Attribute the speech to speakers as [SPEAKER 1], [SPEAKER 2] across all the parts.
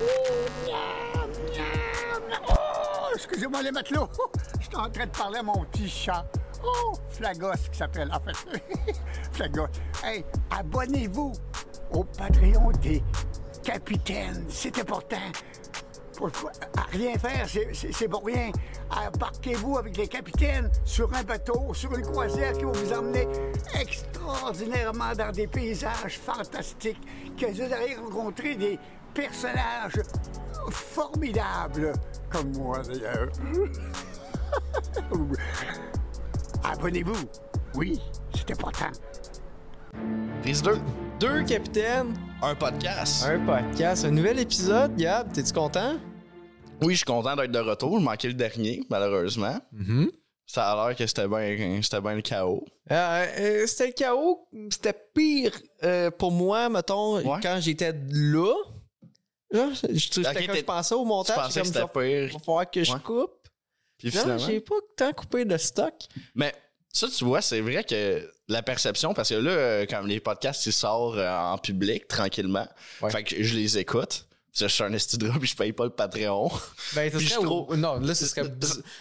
[SPEAKER 1] Miam, miam. Oh, excusez-moi les matelots. J'étais en train de parler à mon petit chat. Oh, Flagos qui s'appelle. En fait, Flagos. Hey, abonnez-vous au Patreon des capitaines. C'est important. Pourquoi à rien faire, c'est- c'est c'est pour rien. Embarquez-vous avec les capitaines sur un bateau, sur une croisière qui va vous emmener extraordinairement dans des paysages fantastiques, que vous allez rencontrer des personnages formidables, comme moi d'ailleurs. Abonnez-vous. Oui, c'est important.
[SPEAKER 2] Prise 2.
[SPEAKER 3] Deux capitaines,
[SPEAKER 2] Un podcast.
[SPEAKER 3] un podcast, un nouvel épisode, Gab, t'es-tu content?
[SPEAKER 2] Oui, je suis content d'être de retour. Je manquais le dernier, malheureusement.
[SPEAKER 3] Mm-hmm.
[SPEAKER 2] Ça a l'air que c'était bien c'était ben le chaos.
[SPEAKER 3] Euh, euh, c'était le chaos, c'était pire euh, pour moi, mettons,
[SPEAKER 2] Ouais.
[SPEAKER 3] quand j'étais là. Genre, je, je-
[SPEAKER 2] Ok,
[SPEAKER 3] quand je
[SPEAKER 2] t'es-
[SPEAKER 3] pensais au
[SPEAKER 2] Tu
[SPEAKER 3] montage,
[SPEAKER 2] pensais que
[SPEAKER 3] j'étais
[SPEAKER 2] c'était
[SPEAKER 3] comme,
[SPEAKER 2] pire.
[SPEAKER 3] il va falloir que je
[SPEAKER 2] Ouais.
[SPEAKER 3] coupe.
[SPEAKER 2] Puis
[SPEAKER 3] Genre,
[SPEAKER 2] finalement.
[SPEAKER 3] j'ai pas tant coupé de stock.
[SPEAKER 2] Mais ça, tu vois, c'est vrai que la perception, parce que là, euh, quand les podcasts, ils sortent euh, en public tranquillement,
[SPEAKER 3] Ouais.
[SPEAKER 2] fait que je les écoute. Parce que Je suis un esti de rap et je paye pas le Patreon.
[SPEAKER 3] Ben, ça
[SPEAKER 2] Puis
[SPEAKER 3] serait
[SPEAKER 2] je
[SPEAKER 3] au- Non, là, ce serait.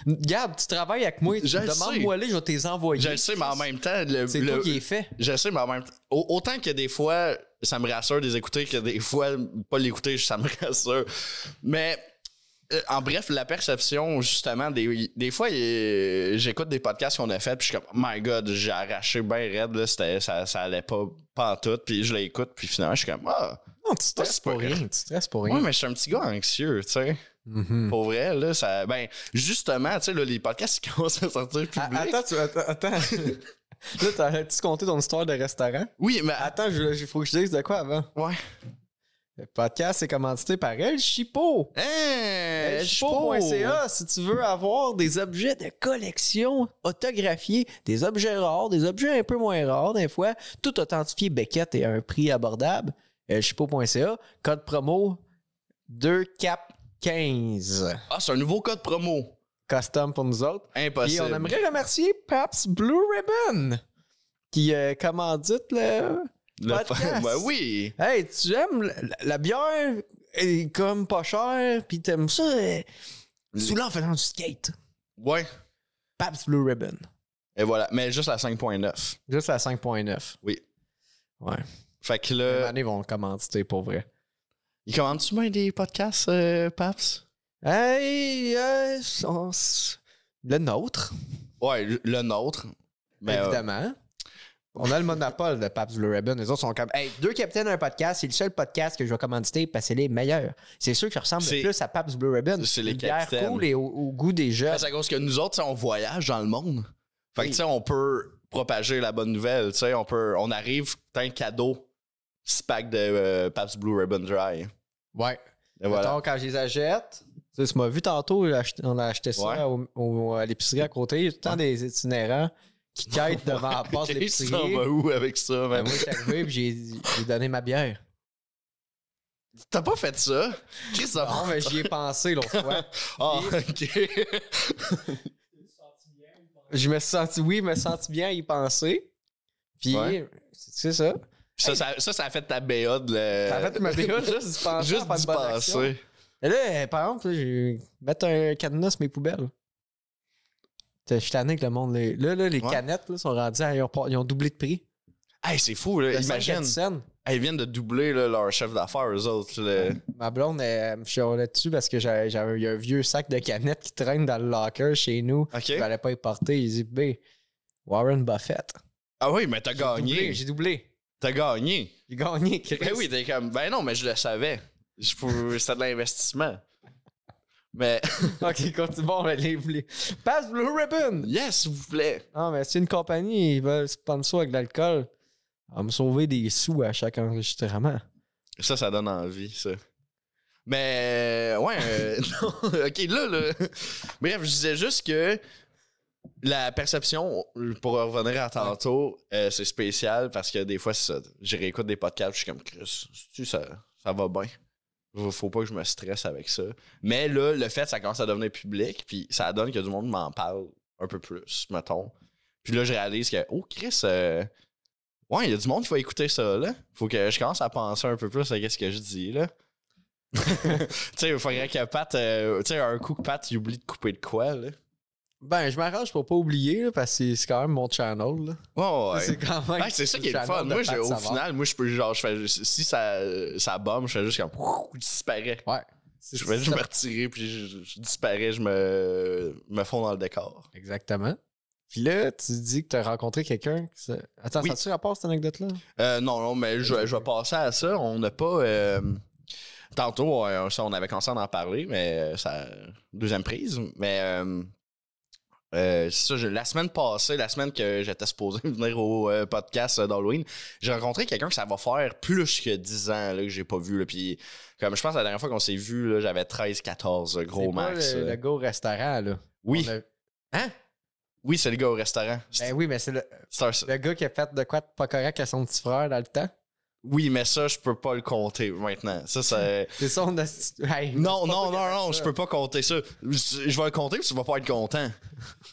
[SPEAKER 3] Gab, tu travailles avec moi,
[SPEAKER 2] Euh, Je le
[SPEAKER 3] demande-moi les, je vais te les envoyer.
[SPEAKER 2] Je le sais, mais en même temps, le,
[SPEAKER 3] C'est
[SPEAKER 2] le-
[SPEAKER 3] toi qui est fait.
[SPEAKER 2] je le sais, mais en même temps, au- autant que des fois, ça me rassure de les écouter, que des fois, pas l'écouter, ça me rassure. Mais euh, en bref, la perception, justement, des, des fois, il- j'écoute des podcasts qu'on a fait, puis je suis comme, my god, j'ai arraché bien raide, là, c'était- ça, ça allait pas, pas en tout, puis je l'écoute, puis finalement, je suis comme, ah,
[SPEAKER 3] Non, tu stresses
[SPEAKER 2] pas
[SPEAKER 3] pour rien. Tu stresses pour rien.
[SPEAKER 2] ouais, mais je suis un petit gars anxieux, tu sais.
[SPEAKER 3] Mhm.
[SPEAKER 2] Pour vrai, là, ça. Ben, justement, tu sais, là, les podcasts qui commencent à sortir public.
[SPEAKER 3] Ah, Attends, tu, attends, attends. là, t'as-tu compté ton histoire de restaurant?
[SPEAKER 2] Oui, mais.
[SPEAKER 3] Attends, il faut que je dise de quoi avant.
[SPEAKER 2] Ouais.
[SPEAKER 3] Le podcast est commandité par El Chipo. Ben,
[SPEAKER 2] Hein,
[SPEAKER 3] Elchipo.ca, si tu veux avoir des objets de collection autographiés, des objets rares, des objets un peu moins rares, des fois, tout authentifié Beckett et à un prix abordable. Elchipo.ca, code promo 2CAP15.
[SPEAKER 2] Ah, c'est un nouveau code promo.
[SPEAKER 3] Custom pour nous autres. Et
[SPEAKER 2] Impossible.
[SPEAKER 3] on aimerait remercier Paps Blue Ribbon qui euh, commandite le.
[SPEAKER 2] Le
[SPEAKER 3] podcast.
[SPEAKER 2] Ben oui.
[SPEAKER 3] Hey, tu aimes la, la- la bière est comme pas chère, puis t'aimes ça euh, sous l'en faisant du skate.
[SPEAKER 2] Ouais.
[SPEAKER 3] Paps Blue Ribbon.
[SPEAKER 2] Et voilà. Mais juste la 5.9.
[SPEAKER 3] Juste à 5.9.
[SPEAKER 2] Oui. Euh,
[SPEAKER 3] Ouais.
[SPEAKER 2] Fait que
[SPEAKER 3] Cette
[SPEAKER 2] là.
[SPEAKER 3] année, ils vont le commanditer pour vrai.
[SPEAKER 2] Il commande-tu bien des podcasts, euh, Paps?
[SPEAKER 3] Hey, euh, on s- le nôtre,
[SPEAKER 2] Ouais, le- le nôtre. Mais, euh,
[SPEAKER 3] évidemment. On a le monopole de Paps Blue Ribbon. Les autres sont comme, hey, deux capitaines, un podcast, c'est le seul podcast que je vais commanditer parce que c'est les meilleurs. C'est ceux qui ressemblent
[SPEAKER 2] C'est-
[SPEAKER 3] le plus à Paps Blue Ribbon.
[SPEAKER 2] c'est les
[SPEAKER 3] Une bière
[SPEAKER 2] capitaines.
[SPEAKER 3] cool et au, au goût des jeunes.
[SPEAKER 2] c'est à cause que nous autres, tu sais, on voyage dans le monde. Fait que,
[SPEAKER 3] Oui.
[SPEAKER 2] tu sais, on peut propager la bonne nouvelle. Tu sais, on peut. On arrive, t'as un cadeau. Six pack de euh, Paps Blue Ribbon Dry.
[SPEAKER 3] Ouais.
[SPEAKER 2] Et voilà.
[SPEAKER 3] Mettons, quand je les achète, tu, sais, tu m'as vu tantôt, j'ai acheté- on a acheté ça
[SPEAKER 2] Ouais.
[SPEAKER 3] au- au- à l'épicerie à côté. Il y a tout le temps des itinérants qui quittent devant la porte de
[SPEAKER 2] Ok,
[SPEAKER 3] l'épicerie.
[SPEAKER 2] tu t'en vas où avec ça,
[SPEAKER 3] Ben,
[SPEAKER 2] man?
[SPEAKER 3] moi, je suis arrivé et j'ai j'ai donné ma bière.
[SPEAKER 2] T'as pas fait ça? Qu'est-ce que ça
[SPEAKER 3] Non, mais j'y ai pensé l'autre fois.
[SPEAKER 2] Ah, ok.
[SPEAKER 3] Je me suis senti, oui, je me suis senti bien à y penser. Puis,
[SPEAKER 2] Ouais. Euh,
[SPEAKER 3] c'est ça.
[SPEAKER 2] Ça, ça, ça, ça a fait ta BA de le...
[SPEAKER 3] Ça a fait ma BA juste d'y penser,
[SPEAKER 2] Juste
[SPEAKER 3] faire une
[SPEAKER 2] d'y
[SPEAKER 3] bonne action.
[SPEAKER 2] penser.
[SPEAKER 3] Et là, par exemple, là, j'ai mettre un cadenas sur mes poubelles. Je suis tanné que le monde. les- Là, là, les
[SPEAKER 2] Ouais.
[SPEAKER 3] canettes là, sont rendues, à- ils ont, pas- ils ont doublé de prix.
[SPEAKER 2] Hey, c'est fou, là.
[SPEAKER 3] Le cinq à
[SPEAKER 2] Imagine.
[SPEAKER 3] dix cents.
[SPEAKER 2] Hey, ils viennent de doubler là, leur chef d'affaires, eux autres. là.
[SPEAKER 3] Ma blonde, elle me chialait dessus parce que j'avais, j'avais- il y a un vieux sac de canettes qui traîne dans le locker chez nous.
[SPEAKER 2] OK.
[SPEAKER 3] Je n'allais pas y porter. Il dit, ben, Warren Buffett.
[SPEAKER 2] Ah oui, mais t'as
[SPEAKER 3] Doublé,
[SPEAKER 2] gagné.
[SPEAKER 3] J'ai doublé.
[SPEAKER 2] T'as gagné.
[SPEAKER 3] J'ai gagné, Chris.
[SPEAKER 2] Ben oui, t'es comme... Ben non, mais je le savais. Je pouvais- C'était de l'investissement. Mais...
[SPEAKER 3] ok, continue. Bon, ben, les, les- Passe Blue Ribbon.
[SPEAKER 2] Yes, s'il vous plaît.
[SPEAKER 3] Non, mais c'est une compagnie. Ils veulent sponsor avec de l'alcool. On va me sauver des sous à chaque enregistrement.
[SPEAKER 2] Ça, ça donne envie, ça. Mais ouais, euh, non, ok, là, là. Bref, je disais juste que la perception, pour revenir à tantôt, euh, c'est spécial parce que des fois, c'est ça. Je réécoute des podcasts, je suis comme Chris, tu ça, ça va bien. Faut- Faut pas que je me stresse avec ça. Mais là, le fait, ça commence à devenir public, puis ça donne que du monde m'en parle un peu plus, mettons. Puis là, je réalise que, oh, Chris, euh, ouais, il y a du monde qui va écouter ça, là. Faut que je commence à penser un peu plus à ce que je dis, là. Tu sais, il faudrait que Pat. euh, tu sais, un coup que Pat, il oublie de couper de quoi, là.
[SPEAKER 3] Ben, je m'arrange pour pas oublier, là, parce que c'est quand même mon channel. là.
[SPEAKER 2] Ouais, ouais.
[SPEAKER 3] C'est quand même.
[SPEAKER 2] Ouais, c'est ça qui est le
[SPEAKER 3] channel
[SPEAKER 2] fun.
[SPEAKER 3] de
[SPEAKER 2] Moi, je-
[SPEAKER 3] Pat
[SPEAKER 2] au
[SPEAKER 3] Savard.
[SPEAKER 2] final, moi, je peux genre, je fais, si ça, ça bombe, je fais juste comme, ouh, disparaît.
[SPEAKER 3] Ouais. C'est
[SPEAKER 2] Je vais juste me retirer, puis je, je- je disparais, je me, me fonds dans le décor.
[SPEAKER 3] Exactement. Puis là, tu dis que tu as rencontré quelqu'un. qui se- Attends,
[SPEAKER 2] Oui.
[SPEAKER 3] ça tu rapport cette anecdote-là?
[SPEAKER 2] Euh, non, non, mais je, je vais passer à ça. On n'a pas. euh, tantôt, euh, ça, on avait commencé à en parler, mais euh, ça. Deuxième prise. Mais. euh, euh, c'est ça, je- la semaine passée, la semaine que j'étais supposé venir au euh, podcast euh, d'Halloween, j'ai rencontré quelqu'un que ça va faire plus que 10 ans là, que j'ai pas vu. Là, puis, comme je pense la dernière fois qu'on s'est vu, là, j'avais 13-14, gros
[SPEAKER 3] C'est pas
[SPEAKER 2] max.
[SPEAKER 3] Le,
[SPEAKER 2] là.
[SPEAKER 3] le gars au restaurant, là.
[SPEAKER 2] Oui,
[SPEAKER 3] On a-
[SPEAKER 2] oui, c'est le gars au restaurant.
[SPEAKER 3] Ben oui, mais c'est le,
[SPEAKER 2] C'est un-
[SPEAKER 3] le gars qui a fait de quoi de pas correct à son petit frère dans le temps.
[SPEAKER 2] Oui, mais ça, je peux pas le compter maintenant. Ça, c'est.
[SPEAKER 3] C'est ça, on a. Hey,
[SPEAKER 2] Non,
[SPEAKER 3] c'est pas
[SPEAKER 2] non,
[SPEAKER 3] toi
[SPEAKER 2] non,
[SPEAKER 3] qui as
[SPEAKER 2] non,
[SPEAKER 3] fait
[SPEAKER 2] je
[SPEAKER 3] ça.
[SPEAKER 2] peux pas compter ça. Je je vais le compter, puis tu vas pas être content.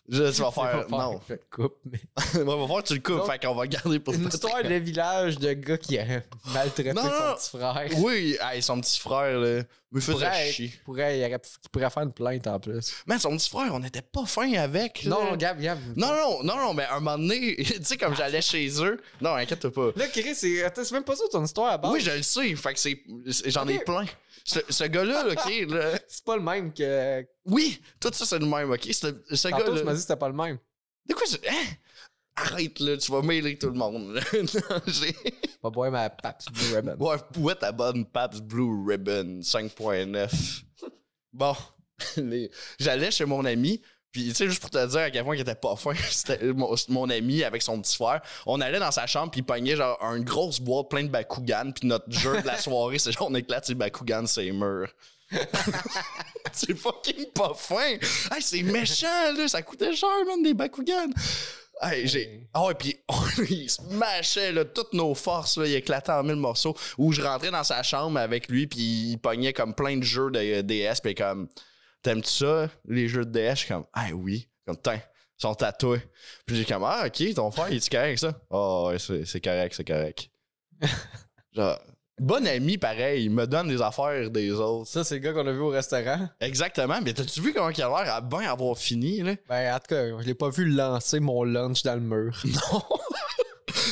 [SPEAKER 2] Je- tu vas
[SPEAKER 3] C'est pas
[SPEAKER 2] faire.
[SPEAKER 3] fort,
[SPEAKER 2] Euh, Non.
[SPEAKER 3] je te coupe, mais-
[SPEAKER 2] On va faire que tu le coupes,
[SPEAKER 3] Non.
[SPEAKER 2] fait qu'on va le garder pour
[SPEAKER 3] Une
[SPEAKER 2] toi.
[SPEAKER 3] histoire de village de gars qui a maltraité
[SPEAKER 2] Non,
[SPEAKER 3] son
[SPEAKER 2] non.
[SPEAKER 3] petit frère.
[SPEAKER 2] Oui, hey, son petit frère, là, me
[SPEAKER 3] Il pourrait,
[SPEAKER 2] faisait
[SPEAKER 3] être-
[SPEAKER 2] chier.
[SPEAKER 3] il pourrait, il aurait- il pourrait faire une plainte en plus.
[SPEAKER 2] Man, son petit frère, on était pas fin avec. là.
[SPEAKER 3] Non, Gab, Gab.
[SPEAKER 2] non, non, non, non, mais un moment donné, tu sais, comme j'allais chez eux. Non, inquiète pas.
[SPEAKER 3] Là, Chris, c'est attends, c'est même pas ça ton histoire à base.
[SPEAKER 2] Oui, je le sais, fait que c'est. c'est- J'en ai
[SPEAKER 3] Ok.
[SPEAKER 2] plein. Ce, ce gars-là, là, ok, là.
[SPEAKER 3] C'est pas le même que.
[SPEAKER 2] Oui, tout ça, c'est le même, ok? Ce, ce
[SPEAKER 3] Tantôt, tu m'as
[SPEAKER 2] gars-là.
[SPEAKER 3] dit que c'était pas le même.
[SPEAKER 2] De quoi je. Hein? Arrête, là, tu vas mêler tout le monde. là. non, j'ai.
[SPEAKER 3] Va boire ma Pabst Blue Ribbon.
[SPEAKER 2] Ouais, où est ta bonne Pabst Blue Ribbon 5.9? bon, les- j'allais chez mon ami, puis tu sais, juste pour te dire à quel point il était pas fin, c'était mon, mon ami avec son petit frère. On allait dans sa chambre, puis il pognait genre une grosse boîte pleine de Bakugan, puis notre jeu de la soirée, c'est genre on éclate ses Bakugan, ses murs. c'est fucking pas fin! Hey, c'est méchant, là! Ça coûtait cher, man, des Bakugan! Hey, j'ai. Ah ouais, puis il se mâchait, là, toutes nos forces, là, il éclatait en mille morceaux. Où je rentrais dans sa chambre avec lui, puis il pognait comme plein de jeux de euh, DS, puis comme, t'aimes-tu ça, les jeux de DS? Je suis comme, ah oui, comme, tiens, ils sont tatoués. Puis j'ai comme, ah ok, ton frère, il est correct, ça? Ah ouais, c'est c'est correct, c'est correct. Genre, bon ami, pareil, il me donne des affaires des autres.
[SPEAKER 3] Ça, c'est le gars qu'on a vu au restaurant.
[SPEAKER 2] Exactement, mais t'as-tu vu comment il a l'air à bien avoir fini, là?
[SPEAKER 3] Ben, en tout cas, je l'ai pas vu lancer mon lunch dans le mur.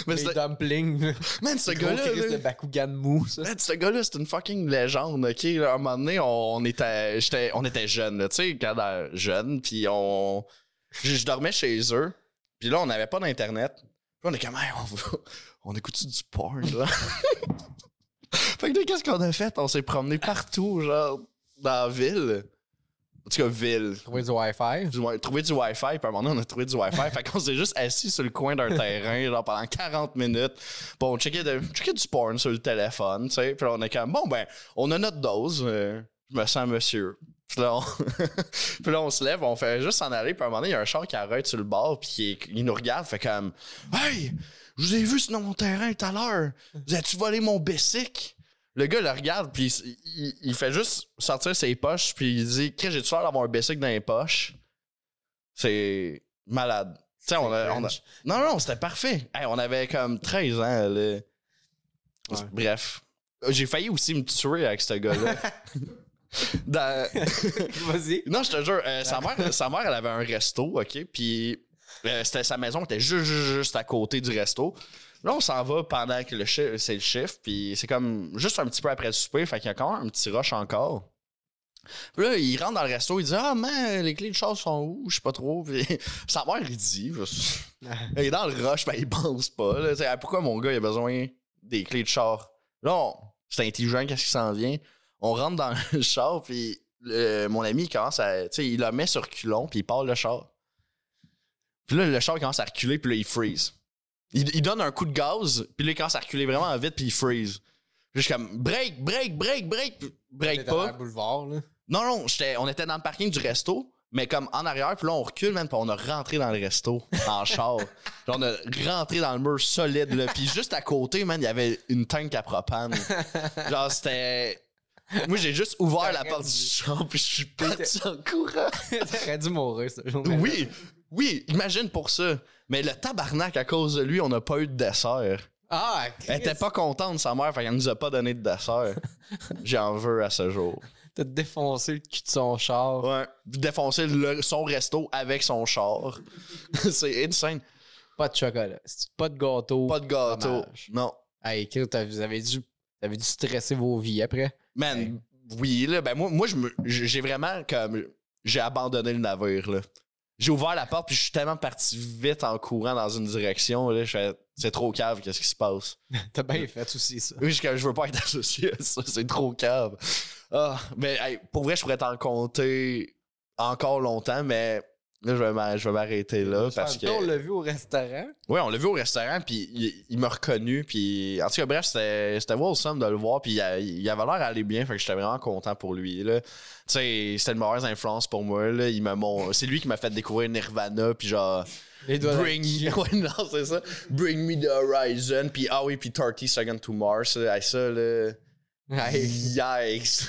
[SPEAKER 2] Mais
[SPEAKER 3] Mes
[SPEAKER 2] c'est-
[SPEAKER 3] dumplings. là.
[SPEAKER 2] man, ce
[SPEAKER 3] Gros
[SPEAKER 2] gars-là.
[SPEAKER 3] Chris
[SPEAKER 2] là-
[SPEAKER 3] de Bakugan mou, ça.
[SPEAKER 2] Man, ce gars-là, c'est une fucking légende, ok? Là, à un moment donné, on, on était, j'étais- on était jeunes, là, tu sais, quand euh, jeune, puis on... Je, je dormais chez eux, puis là, on n'avait pas d'Internet. Puis on est comme, Hey, on, va- on écoute du porn, là? fait que là, qu'est-ce qu'on a fait? On s'est promené partout, genre, dans la ville. En tout cas, ville.
[SPEAKER 3] Trouver du Wi-Fi.
[SPEAKER 2] Du wi- trouver du Wi-Fi, puis à un moment donné, on a trouvé du Wi-Fi. fait qu'on s'est juste assis sur le coin d'un terrain genre, pendant 40 minutes. Bon, on checkait, de- checkait du porn sur le téléphone, tu sais. Puis là, on est comme, bon, ben, on a notre dose. euh, je me sens monsieur. Puis là, on... puis là, on se lève, on fait juste s'en aller. Puis à un moment donné, il y a un char qui arrête sur le bord, puis qui- il, nous regarde, fait comme, hey, je vous ai vu sur mon terrain tout à l'heure. Vous avez-tu volé mon bessic? Le gars le regarde, puis il, il- il fait juste sortir ses poches, puis il dit, Chris, j'ai-tu l'air d'avoir un bessic dans les poches? C'est malade. Tu sais, on a- on a,
[SPEAKER 3] Cringe.
[SPEAKER 2] non, non, c'était parfait. Hey, on avait comme 13 ans, là. Bref. Euh, J'ai failli aussi me tuer avec ce gars-là. Dans-
[SPEAKER 3] Vas-y.
[SPEAKER 2] Non, je te jure, euh, sa, mère, sa mère, elle avait un resto, OK? Puis euh, c'était, sa maison était juste, juste, juste à côté du resto. Là, on s'en va pendant que le chi- c'est le chiffre, puis c'est comme juste un petit peu après le souper, fait qu'il y a quand même un petit rush encore. Puis là, il rentre dans le resto, il dit Ah, man, les clés de char sont où Je sais pas trop. Puis sa mère, il dit je- il est dans le rush, ben il pense pas. là. Tu sais, Pourquoi mon gars il a besoin des clés de char? Là, on- c'est intelligent, qu'est-ce qui s'en vient? On rentre dans le char, puis le- mon ami il commence à. Tu sais, il le met sur culon, puis il part le char. Puis là, le char il commence à reculer, puis là, il freeze. Il, il donne un coup de gaz, puis là, il commence à reculer vraiment vite, puis il freeze. Puis Je suis comme break, break, break, break, puis break
[SPEAKER 3] T'es dans
[SPEAKER 2] pas.
[SPEAKER 3] le boulevard, là.
[SPEAKER 2] Non, non, j'étais- on était dans le parking du resto, mais comme en arrière, puis là, on recule, man, puis on a rentré dans le resto, en char. Puis on a rentré dans le mur solide, là. Puis juste à côté, man, il y avait une tank à propane. Genre, c'était. Moi, j'ai juste ouvert la
[SPEAKER 3] T'aurais
[SPEAKER 2] porte
[SPEAKER 3] dû.
[SPEAKER 2] du char, puis je suis parti en courant.
[SPEAKER 3] T'aurais dû mourir, ce jour-là.
[SPEAKER 2] Oui, oui, imagine pour ça. Mais le tabarnak, à cause de lui, on n'a pas eu de dessert.
[SPEAKER 3] Ah,
[SPEAKER 2] Elle était Ben, pas contente, sa mère, fait qu'elle nous a pas donné de dessert. J'en veux à ce jour.
[SPEAKER 3] T'as défoncé le cul de son char.
[SPEAKER 2] Ouais. Défoncer le- son resto avec son char. c'est insane.
[SPEAKER 3] Pas de chocolat. c'est- Pas de gâteau.
[SPEAKER 2] Pas de gâteau.
[SPEAKER 3] Dommage.
[SPEAKER 2] Non.
[SPEAKER 3] Hey, Chris, t'as- vous avez dû, vous avez dû stresser vos vies après.
[SPEAKER 2] Man, oui, là, ben moi, moi je me- j'ai vraiment comme. J'ai abandonné le navire, là. J'ai ouvert la porte, puis je suis tellement parti vite en courant dans une direction, là. je fais, C'est trop cave, qu'est-ce qui se passe?
[SPEAKER 3] T'as bien fait aussi ça.
[SPEAKER 2] Oui, je, suis comme, je veux pas être associé à ça, c'est trop cave. Ah, mais hey, pour vrai, je pourrais t'en compter encore longtemps, mais là, je vais m'a- je vais m'arrêter là parce que.
[SPEAKER 3] On l'a vu au restaurant.
[SPEAKER 2] Oui, on l'a vu au restaurant, puis il, il m'a reconnu, puis en tout cas, bref, c'était c'était awesome de le voir, puis il, a- il avait l'air d'aller bien, fait que j'étais vraiment content pour lui, là. Tu sais, c'était une mauvaise influence pour moi, là. Il m'a mon- C'est lui qui m'a fait découvrir Nirvana, puis genre...
[SPEAKER 3] Les doigts dans-
[SPEAKER 2] Bring... Ouais, non, c'est ça. Bring me the horizon, puis ah oui, puis 30 seconds to Mars, là. Hey, ça, là...
[SPEAKER 3] Hey.
[SPEAKER 2] Yikes!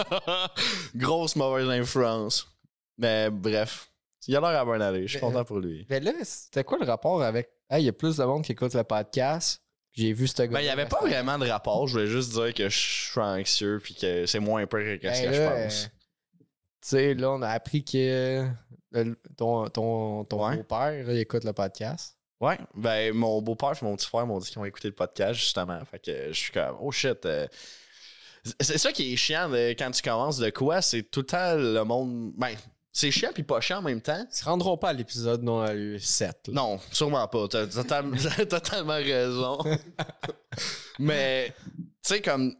[SPEAKER 2] Grosse mauvaise influence. Mais bref, il a l'air à bien aller, je suis
[SPEAKER 3] Mais,
[SPEAKER 2] content pour lui.
[SPEAKER 3] Mais là, c'était quoi le rapport avec. Hey, il y a plus de monde qui écoute le podcast. J'ai vu ce gars.
[SPEAKER 2] Ben, il n'y avait pas vraiment de rapport. Je voulais juste dire que je suis anxieux puis que c'est moins pire que ce
[SPEAKER 3] Hey,
[SPEAKER 2] que
[SPEAKER 3] là,
[SPEAKER 2] je pense.
[SPEAKER 3] euh, Tu sais, là, on a appris que le- ton, ton, ton
[SPEAKER 2] Ouais.
[SPEAKER 3] beau-père il écoute le podcast.
[SPEAKER 2] Ouais. Ben, mon beau-père et mon petit frère m'ont dit qu'ils ont écouté le podcast, justement. Fait que je suis comme, oh shit. euh, C'est ça qui est chiant de- quand tu commences de quoi. C'est tout le temps le monde. Ben, c'est chiant puis pas chiant en même temps.
[SPEAKER 3] Ils se rendront pas à l'épisode non à le 7. là.
[SPEAKER 2] Non, sûrement pas. T'as total- t'as totalement raison. Mais, tu sais, comme,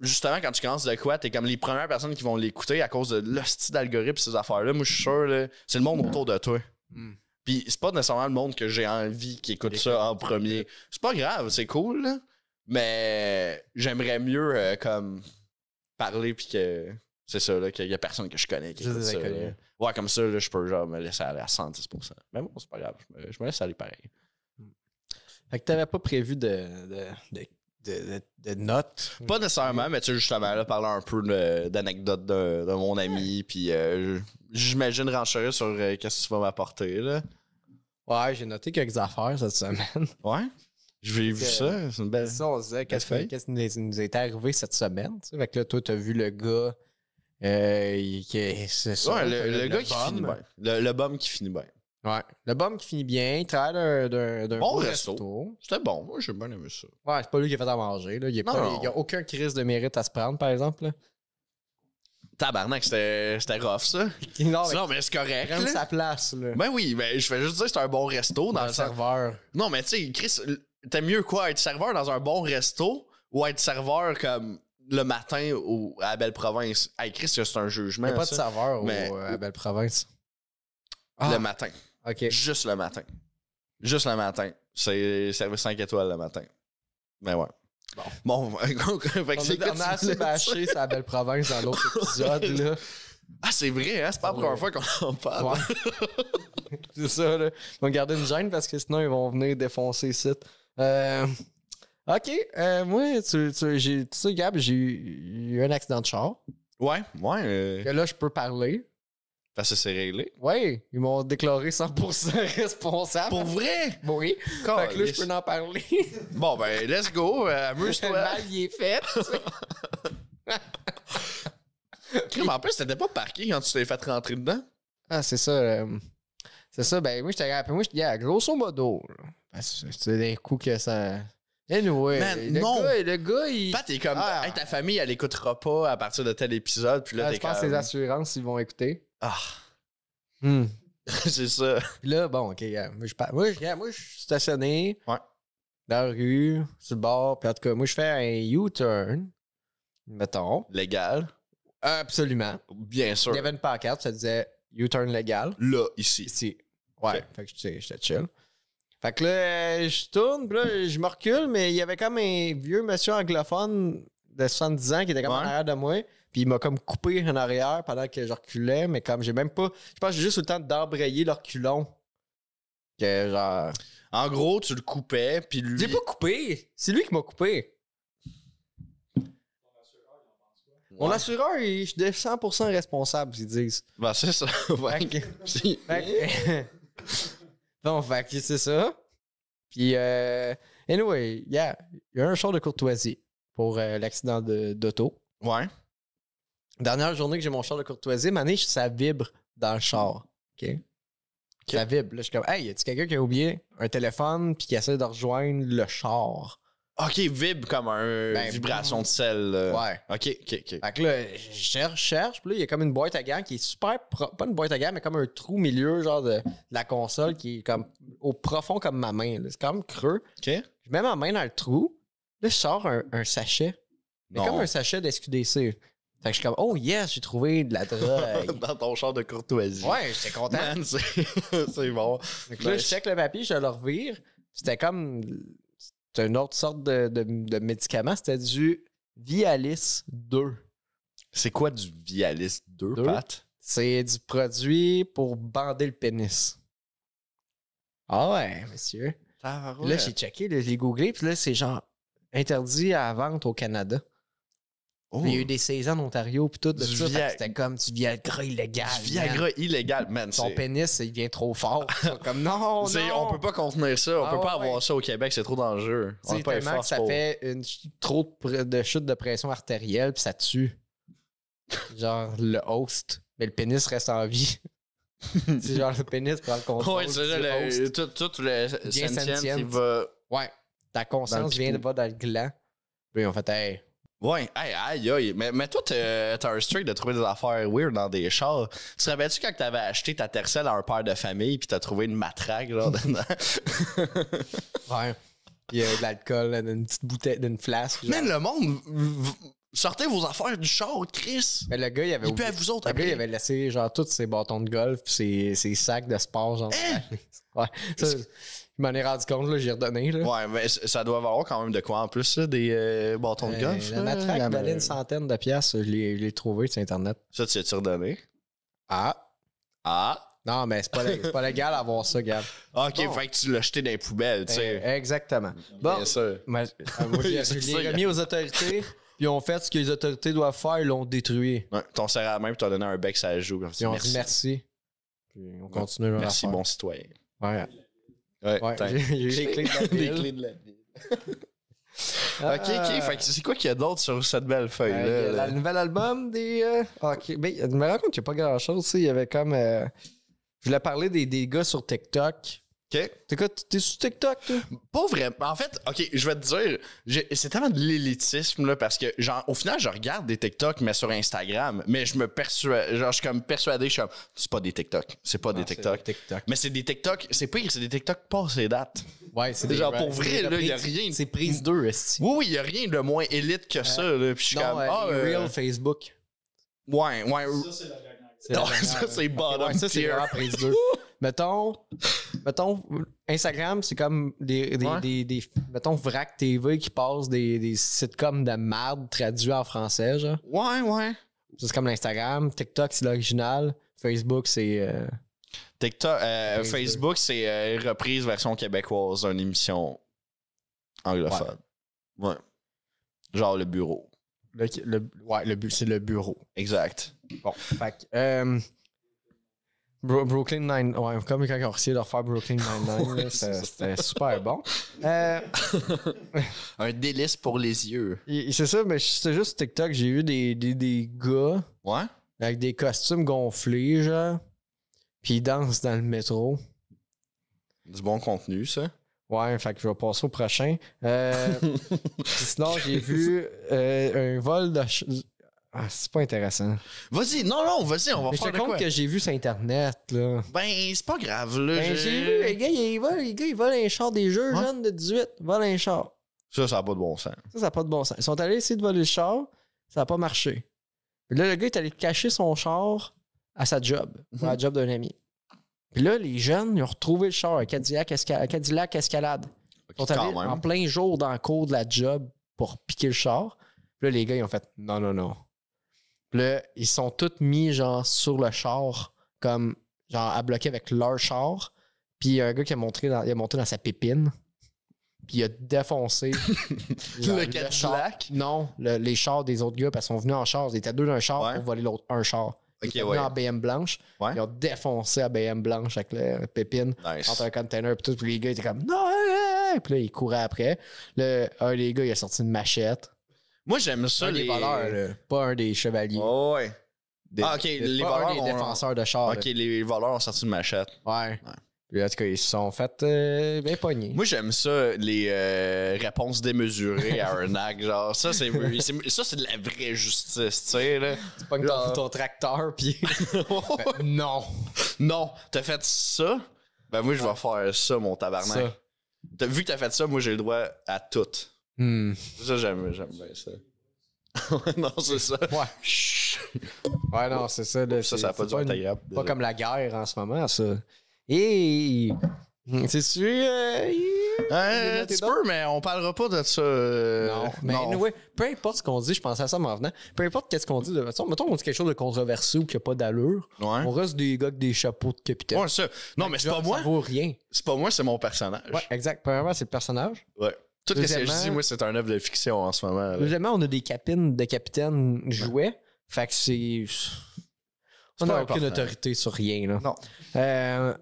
[SPEAKER 2] justement, quand tu commences de quoi, t'es comme les premières personnes qui vont l'écouter à cause de l'hostie d'algorithme, ces affaires-là. Moi, je suis sûr, là, c'est le monde autour de toi.
[SPEAKER 3] Mm.
[SPEAKER 2] Puis, c'est pas nécessairement le monde que j'ai envie qui écoute ça en premier. C'est pas grave, c'est cool, là. Mais, j'aimerais mieux, euh, comme, parler, puis que. C'est ça, là, qu'il y a personne que je connais qui
[SPEAKER 3] Juste
[SPEAKER 2] écoute
[SPEAKER 3] des
[SPEAKER 2] ça.
[SPEAKER 3] inconnus.
[SPEAKER 2] là. Ouais, comme ça, là, je peux genre me laisser aller à 110 Mais bon, c'est pas grave, je me, je me laisse aller pareil.
[SPEAKER 3] Fait que t'avais pas prévu de, de, de, de- de- de notes.
[SPEAKER 2] Pas nécessairement, mais tu sais, justement, là, parler un peu de- d'anecdotes de, de mon ami, puis euh, je- j'imagine rencherrer sur euh, qu'est-ce que tu vas m'apporter, là.
[SPEAKER 3] Ouais, j'ai noté quelques affaires cette semaine.
[SPEAKER 2] Ouais? J'ai vu
[SPEAKER 3] que-
[SPEAKER 2] ça, c'est une belle...
[SPEAKER 3] Ça, on se disait, qu'est-ce
[SPEAKER 2] feuille.
[SPEAKER 3] que- qu'est-ce qui nous, nous était arrivé cette semaine? tu sais? Fait que là, toi, t'as vu le gars. euh, il- qui, c'est ça,
[SPEAKER 2] Ouais, le, le gars qui
[SPEAKER 3] bum.
[SPEAKER 2] finit bien. Le, le bum qui finit bien.
[SPEAKER 3] Ouais. Le bum qui finit bien, il travaille d'un- d'un d'un
[SPEAKER 2] Bon
[SPEAKER 3] beau
[SPEAKER 2] resto. C'était bon, moi, j'ai bien aimé ça.
[SPEAKER 3] Ouais, c'est pas lui qui a fait à manger. Là. Il n'y a,
[SPEAKER 2] Non,
[SPEAKER 3] pas-
[SPEAKER 2] non.
[SPEAKER 3] il y a aucun crise de mérite à se prendre, par exemple. Là.
[SPEAKER 2] Tabarnak, c'était c'était rough, ça.
[SPEAKER 3] Non, mais
[SPEAKER 2] Non, Ah, mais c'est
[SPEAKER 3] il
[SPEAKER 2] correct,
[SPEAKER 3] prend
[SPEAKER 2] là.
[SPEAKER 3] sa place là,
[SPEAKER 2] Ben oui, ben, je vais juste dire que c'est un bon resto dans
[SPEAKER 3] dans
[SPEAKER 2] le
[SPEAKER 3] le
[SPEAKER 2] sens...
[SPEAKER 3] serveur.
[SPEAKER 2] Non, mais tu sais, Chris, l- t'aimes mieux quoi, être serveur dans un bon resto ou être serveur comme le matin au, à Belle-Province? Hey, Chris, c'est un
[SPEAKER 3] Il
[SPEAKER 2] jugement.
[SPEAKER 3] n'y a pas de
[SPEAKER 2] ben, ça.
[SPEAKER 3] serveur au- euh,
[SPEAKER 2] Mais-
[SPEAKER 3] à Belle-Province.
[SPEAKER 2] Le
[SPEAKER 3] Ah.
[SPEAKER 2] matin.
[SPEAKER 3] OK.
[SPEAKER 2] Juste le matin. Juste le matin. C'est service 5 étoiles le matin. Mais ouais.
[SPEAKER 3] Bon.
[SPEAKER 2] Bon, fait que
[SPEAKER 3] On,
[SPEAKER 2] c'est
[SPEAKER 3] est-
[SPEAKER 2] quoi
[SPEAKER 3] on
[SPEAKER 2] tu
[SPEAKER 3] a assez
[SPEAKER 2] voulais
[SPEAKER 3] bâché sa Belle-Province dans l'autre épisode. là.
[SPEAKER 2] dire? Ah, c'est vrai, hein? C'est pas la première fois qu'on en parle.
[SPEAKER 3] Ouais. C'est ça. Là. Ils vont garder une gêne parce que sinon, ils vont venir défoncer le site. Euh, OK. euh, moi, tu, tu, j'ai- tu sais, Gab, j'ai eu eu un accident de char.
[SPEAKER 2] Ouais, ouais. euh,
[SPEAKER 3] Que là, je peux parler.
[SPEAKER 2] parce que c'est réglé.
[SPEAKER 3] Oui, ils m'ont déclaré 100% responsable.
[SPEAKER 2] Pour vrai!
[SPEAKER 3] Oui. Fait que là, je
[SPEAKER 2] Calisse.
[SPEAKER 3] peux en parler.
[SPEAKER 2] Bon, ben, let's go. euh,
[SPEAKER 3] Le
[SPEAKER 2] Amuse-toi.
[SPEAKER 3] mal, il est fait.
[SPEAKER 2] Crime, en plus, t'étais pas parqué quand tu t'es fait rentrer dedans.
[SPEAKER 3] ah, c'est ça. euh, c'est ça. Ben, moi, je t'ai rappelé. Moi, je te dis, ah, grosso modo. là, parce que c'est des coups que ça. Anyway,
[SPEAKER 2] Man,
[SPEAKER 3] le,
[SPEAKER 2] non.
[SPEAKER 3] Gars, le gars, il.
[SPEAKER 2] Pat, t'es comme,
[SPEAKER 3] Ah.
[SPEAKER 2] Hey, ta famille, elle écoutera pas à partir de tel épisode. Puis là,
[SPEAKER 3] Ah,
[SPEAKER 2] t'es
[SPEAKER 3] je pense que
[SPEAKER 2] comme,
[SPEAKER 3] les assurances, ils vont écouter.
[SPEAKER 2] Ah, Hmm. c'est ça.
[SPEAKER 3] Puis là, bon, OK, regarde, moi, je par- moi, je, regarde, moi, je suis stationné
[SPEAKER 2] Ouais.
[SPEAKER 3] dans la rue, sur le bord. Puis en tout cas, moi, je fais un U-turn, mettons.
[SPEAKER 2] Légal.
[SPEAKER 3] Absolument.
[SPEAKER 2] Bien sûr.
[SPEAKER 3] Il y avait une pancarte, ça disait U-turn légal.
[SPEAKER 2] Là, ici.
[SPEAKER 3] Ici. Ouais. Fait que tu sais, j'étais chill. Fait que là, euh, je tourne, puis là, je me recule, mais il y avait comme un vieux monsieur anglophone de 70 ans qui était comme en
[SPEAKER 2] Ouais.
[SPEAKER 3] arrière de moi. Puis il m'a comme coupé en arrière pendant que je reculais, mais comme j'ai même pas. Je pense que j'ai juste eu le temps d'embrayer le reculon. Que genre.
[SPEAKER 2] En gros, tu le coupais, puis lui.
[SPEAKER 3] J'ai pas coupé! C'est lui qui m'a coupé. Mon
[SPEAKER 2] Ouais.
[SPEAKER 3] assureur, il- je suis de 100% responsable, ils disent.
[SPEAKER 2] Ben, c'est ça. Ouais.
[SPEAKER 3] Fait que-
[SPEAKER 2] Si.
[SPEAKER 3] Fait que- bon, fait que c'est ça. Puis, euh, Anyway, yeah, il y a un show de courtoisie pour euh, l'accident de- d'auto.
[SPEAKER 2] Ouais.
[SPEAKER 3] Dernière journée que j'ai mon char de courtoisie, ma année, ça vibre dans le char. OK? Ça vibre. Là, je suis comme, hey, y a-tu quelqu'un qui a oublié un téléphone puis qui essaie de rejoindre le char?
[SPEAKER 2] Ok, vibre comme un
[SPEAKER 3] Ben,
[SPEAKER 2] vibration de sel. euh.
[SPEAKER 3] Ouais.
[SPEAKER 2] Ok, ok, ok.
[SPEAKER 3] Fait que là, je cherche, cherche, puis là, il y a comme une boîte à gants qui est super pro- pas une boîte à gants, mais comme un trou au milieu, genre de, de la console qui est comme au profond comme ma main. là. C'est quand même creux.
[SPEAKER 2] Ok.
[SPEAKER 3] Je mets ma main dans le trou, là, je sors un, un sachet. Mais
[SPEAKER 2] Non.
[SPEAKER 3] comme un sachet d'SQDC. Fait que je suis comme, oh yes, j'ai trouvé de la drogue.
[SPEAKER 2] Dans ton char de courtoisie.
[SPEAKER 3] ouais, j'étais content.
[SPEAKER 2] Man, c'est c'est bon.
[SPEAKER 3] Fait que là, je check le papier, je le revire. C'était comme. C'était une autre sorte de, de- de médicament. C'était du Vialis 2.
[SPEAKER 2] C'est quoi du Vialis 2,
[SPEAKER 3] Deux?
[SPEAKER 2] Pat?
[SPEAKER 3] C'est du produit pour bander le pénis. Ah ouais, monsieur. Là, j'ai checké, là, j'ai googlé, puis là, c'est genre interdit à la vente au Canada.
[SPEAKER 2] Oh.
[SPEAKER 3] Il y a eu des saisons en Ontario, puis tout. de
[SPEAKER 2] Du
[SPEAKER 3] ça, fait que
[SPEAKER 2] Via-
[SPEAKER 3] C'était comme du Viagra illégal.
[SPEAKER 2] Du
[SPEAKER 3] man.
[SPEAKER 2] Viagra illégal, man.
[SPEAKER 3] Son
[SPEAKER 2] c'est-
[SPEAKER 3] pénis, il vient trop fort. comme non,
[SPEAKER 2] c'est-
[SPEAKER 3] Oh non.
[SPEAKER 2] On peut pas contenir ça. On
[SPEAKER 3] Ah
[SPEAKER 2] peut pas
[SPEAKER 3] ouais.
[SPEAKER 2] avoir ça au Québec. C'est trop dangereux. On
[SPEAKER 3] C'est
[SPEAKER 2] n'a pas les
[SPEAKER 3] tellement que
[SPEAKER 2] forces
[SPEAKER 3] ça
[SPEAKER 2] pour-
[SPEAKER 3] fait une ch- trop de, pr- de chute de pression artérielle puis ça tue. genre le host, mais le pénis reste en vie. c'est genre le pénis prend le contrôle.
[SPEAKER 2] Ouais, c'est ça,
[SPEAKER 3] du
[SPEAKER 2] le-
[SPEAKER 3] host.
[SPEAKER 2] tout, tout le sentient
[SPEAKER 3] sentient.
[SPEAKER 2] qui va.
[SPEAKER 3] Ouais,
[SPEAKER 2] Dans
[SPEAKER 3] ta
[SPEAKER 2] le
[SPEAKER 3] conscience
[SPEAKER 2] pipou.
[SPEAKER 3] vient de pas dans le gland. Puis on fait hey,
[SPEAKER 2] Ouais, hey, aïe, aïe. Mais, mais toi, t'es- t'as un streak de trouver des affaires weird dans des chars. Tu te rappelles-tu quand t'avais acheté ta tercelle à un père de famille puis t'as trouvé une matraque, genre, dedans?
[SPEAKER 3] ouais. Il y a de l'alcool, là, d'une petite bouteille, d'une flasque. genre.
[SPEAKER 2] Man, le monde, v- v- sortez vos affaires du char, Chris.
[SPEAKER 3] Mais le gars, il avait
[SPEAKER 2] Il peut
[SPEAKER 3] oublié-
[SPEAKER 2] à vous autres
[SPEAKER 3] Le gars, il
[SPEAKER 2] après.
[SPEAKER 3] avait laissé genre tous ses bâtons de golf puis ses, ses sacs de sport genre.
[SPEAKER 2] Hein?
[SPEAKER 3] Ouais, ça, je m'en ai rendu compte là, j'ai redonné là.
[SPEAKER 2] Ouais, mais c- ça doit avoir quand même de quoi en plus, là, des euh, bâtons de
[SPEAKER 3] Euh,
[SPEAKER 2] golf.
[SPEAKER 3] La
[SPEAKER 2] là,
[SPEAKER 3] matraque
[SPEAKER 2] la-
[SPEAKER 3] valait une centaine de pièces. Je l'ai je l'ai trouvé sur Internet.
[SPEAKER 2] Ça, tu l'as-tu redonné?
[SPEAKER 3] Ah.
[SPEAKER 2] Ah!
[SPEAKER 3] Non, mais c'est pas, lég- c'est pas légal d'avoir ça, Gab.
[SPEAKER 2] Ok,
[SPEAKER 3] Bon.
[SPEAKER 2] fait que tu l'as jeté dans les poubelles, tu sais.
[SPEAKER 3] Euh, Exactement. Bon.
[SPEAKER 2] Bien sûr.
[SPEAKER 3] Mais- euh, moi, je l'ai- je
[SPEAKER 2] C'est ça,
[SPEAKER 3] l'ai remis aux autorités, puis ils ont fait ce que les autorités doivent faire, ils l'ont détruit.
[SPEAKER 2] Ouais, t'en serré à la main puis t'as donné un bec, ça joue.
[SPEAKER 3] Puis on dit merci. Puis on continue leur
[SPEAKER 2] Merci,
[SPEAKER 3] affaire.
[SPEAKER 2] bon citoyen.
[SPEAKER 3] Ouais.
[SPEAKER 2] Ouais,
[SPEAKER 3] Ouais,
[SPEAKER 2] t'as-
[SPEAKER 3] j'ai- j'ai eu les clés de la
[SPEAKER 2] Les
[SPEAKER 3] ville.
[SPEAKER 2] clés de la ville.
[SPEAKER 3] Ah,
[SPEAKER 2] Ok, ok. Fait que c'est quoi qu'il y a d'autre sur cette belle feuille
[SPEAKER 3] euh, il y a
[SPEAKER 2] là?
[SPEAKER 3] la- le nouvel album des. euh, Ok, ben, je me rends compte qu'il n'y a pas grand chose. Il y avait comme. euh, Je voulais parler des, des gars sur TikTok.
[SPEAKER 2] Ok.
[SPEAKER 3] T'es quoi, t'es sur TikTok, toi?
[SPEAKER 2] Pas vraiment. En fait, ok, je vais te dire, j'ai- c'est tellement de l'élitisme là parce que genre, au final, je regarde des TikTok mais sur Instagram, mais je me persuade, genre, je suis comme persuadé, je suis comme, c'est pas des TikTok, c'est pas des TikTok.
[SPEAKER 3] TikTok.
[SPEAKER 2] Mais c'est des TikTok, c'est pire, c'est des TikTok pas ces dates.
[SPEAKER 3] Ouais, c'est
[SPEAKER 2] des- Genre, pour
[SPEAKER 3] c'est
[SPEAKER 2] vrai,
[SPEAKER 3] des
[SPEAKER 2] là, y a
[SPEAKER 3] reprises-
[SPEAKER 2] rien.
[SPEAKER 3] C'est prise 2, esti.
[SPEAKER 2] Oui, oui, il y a rien de moins élite que ça. Là, puis je suis
[SPEAKER 3] Non,
[SPEAKER 2] comme,
[SPEAKER 3] euh,
[SPEAKER 2] ah,
[SPEAKER 3] les
[SPEAKER 2] euh,
[SPEAKER 3] Real Facebook.
[SPEAKER 2] ouais, ouais.
[SPEAKER 3] C'est
[SPEAKER 2] Non,
[SPEAKER 3] la dernière,
[SPEAKER 2] ça,
[SPEAKER 3] là.
[SPEAKER 2] c'est bottom
[SPEAKER 3] Ouais, ça, c'est
[SPEAKER 2] tier.
[SPEAKER 3] vraiment prise 2. mettons, mettons, Instagram, c'est comme des, des,
[SPEAKER 2] Ouais.
[SPEAKER 3] des, des- mettons, Vrac TV qui passe des, des sitcoms de merde traduits en français, genre.
[SPEAKER 2] Ouais, ouais.
[SPEAKER 3] Ça, C'est comme l'Instagram. TikTok, c'est l'original. Facebook, c'est... euh,
[SPEAKER 2] TikTok, euh,
[SPEAKER 3] Prise
[SPEAKER 2] Facebook, c'est euh, reprise version québécoise d'une émission anglophone. Ouais. Genre le bureau.
[SPEAKER 3] le, le- ouais, le bu- c'est le bureau.
[SPEAKER 2] Exact.
[SPEAKER 3] Bon, fait que... euh, Bro- Brooklyn Nine, ouais, comme quand ils ont essayé de refaire Brooklyn Nine Nine,
[SPEAKER 2] c'est ça.
[SPEAKER 3] c'était super bon. Euh,
[SPEAKER 2] Un délice pour les yeux.
[SPEAKER 3] Et- et C'est ça, mais c'était juste TikTok. J'ai vu des, des, des gars
[SPEAKER 2] Ouais?
[SPEAKER 3] avec des costumes gonflés, genre. Puis ils dansent dans le métro.
[SPEAKER 2] Du bon contenu, ça.
[SPEAKER 3] Ouais, fait que je vais passer au prochain. Euh, puis sinon, j'ai vu euh, un vol de. ch- Ah, c'est pas intéressant.
[SPEAKER 2] Vas-y, non, non, vas-y, on va
[SPEAKER 3] Mais je
[SPEAKER 2] faire
[SPEAKER 3] te
[SPEAKER 2] de quoi.
[SPEAKER 3] compte que j'ai vu sur Internet, là.
[SPEAKER 2] Ben, c'est pas grave, là.
[SPEAKER 3] Ben,
[SPEAKER 2] je-
[SPEAKER 3] j'ai vu, les gars, ils volent, les gars, ils volent un char des jeux
[SPEAKER 2] Ouais.
[SPEAKER 3] jeunes de 18. Volent un char.
[SPEAKER 2] Ça, ça n'a pas de bon sens.
[SPEAKER 3] Ça, ça n'a pas de bon sens. Ils sont allés essayer de voler le char, ça n'a pas marché. Puis Là, le gars est allé cacher son char à sa job, à la job d'un ami. Puis là, les jeunes, ils ont retrouvé le char, un Cadillac, esca- un Cadillac Escalade. Ils sont allés
[SPEAKER 2] Quand
[SPEAKER 3] en
[SPEAKER 2] même.
[SPEAKER 3] plein jour dans le cours de la job pour piquer le char. Puis là, les gars, ils ont fait non, non, non. Puis là, ils sont tous mis, genre, sur le char, comme, genre, à bloquer avec leur char. Puis il y a un gars qui a monté dans, il a monté dans sa pépine. Puis il a défoncé genre,
[SPEAKER 2] Le
[SPEAKER 3] char.
[SPEAKER 2] Cadillac.
[SPEAKER 3] Non, le- les chars des autres gars, parce qu'ils sont venus en char. Ils étaient deux d'un char
[SPEAKER 2] Ouais.
[SPEAKER 3] pour voler l'autre, un char. Ils
[SPEAKER 2] Ok,
[SPEAKER 3] étaient
[SPEAKER 2] ouais.
[SPEAKER 3] venus en BM blanche.
[SPEAKER 2] Ouais.
[SPEAKER 3] Ils ont défoncé à BM blanche avec la pépine
[SPEAKER 2] Nice.
[SPEAKER 3] entre un container et tout. Puis les gars étaient comme non, hey, hey, ouais! Puis là, il courait après. Là, un des gars, il a sorti une machette.
[SPEAKER 2] Moi, j'aime ça,
[SPEAKER 3] un
[SPEAKER 2] les.
[SPEAKER 3] des voleurs, là. Oh. Pas un des chevaliers.
[SPEAKER 2] Ouais, ouais.
[SPEAKER 3] Des-
[SPEAKER 2] Ah, ok,
[SPEAKER 3] des-
[SPEAKER 2] les
[SPEAKER 3] pas
[SPEAKER 2] voleurs
[SPEAKER 3] un des
[SPEAKER 2] ont-
[SPEAKER 3] défenseurs de char.
[SPEAKER 2] Ok, les voleurs ont sorti une machette.
[SPEAKER 3] là. Ouais. Puis, en tout cas, ils se sont fait euh, bien pognés.
[SPEAKER 2] Moi, j'aime ça, les euh, réponses démesurées à un acte. Genre, ça, c'est c'est- ça, c'est de la vraie justice, tu sais, là.
[SPEAKER 3] tu pognes ton, ton tracteur, puis. non!
[SPEAKER 2] non, t'as fait ça? Ben, moi, je vais faire ça, mon tabarnak.
[SPEAKER 3] Ça.
[SPEAKER 2] T'as- Vu que t'as fait ça, moi, j'ai le droit à tout.
[SPEAKER 3] Hmm.
[SPEAKER 2] Ça, j'aime j'aime bien ça. non, c'est ça.
[SPEAKER 3] Ouais.
[SPEAKER 2] Chut.
[SPEAKER 3] Ouais, non, c'est ça. là,
[SPEAKER 2] Ça,
[SPEAKER 3] c'est-
[SPEAKER 2] ça a pas
[SPEAKER 3] c'est
[SPEAKER 2] dû être
[SPEAKER 3] une-
[SPEAKER 2] agréable.
[SPEAKER 3] Pas comme la guerre en ce moment, ça. Et. C'est sûr.
[SPEAKER 2] Euh, tu peux, mais on parlera pas de ça. euh,
[SPEAKER 3] Non, mais anyway, peu importe ce qu'on dit, je pensais à ça en venant. Peu importe qu'est-ce qu'on dit, de toute façon, mettons qu'on dit quelque chose de controversé ou qui a pas d'allure,
[SPEAKER 2] Ouais.
[SPEAKER 3] on reste des gars avec des chapeaux de capitaine.
[SPEAKER 2] Hein? Ouais, ça. Non, mais c'est
[SPEAKER 3] Genre,
[SPEAKER 2] pas moi.
[SPEAKER 3] Ça vaut rien.
[SPEAKER 2] C'est pas moi, c'est mon personnage.
[SPEAKER 3] Ouais, exact. Premièrement, c'est le personnage.
[SPEAKER 2] Ouais. Tout ce que je
[SPEAKER 3] Deuxièmement-
[SPEAKER 2] dis, moi, c'est un œuvre de fiction en ce moment. là.
[SPEAKER 3] Deuxièmement, on a des capines de capitaine jouets. Fait que c'est. On
[SPEAKER 2] pas
[SPEAKER 3] n'a aucune
[SPEAKER 2] important.
[SPEAKER 3] autorité sur rien, là.
[SPEAKER 2] Non.
[SPEAKER 3] Euh,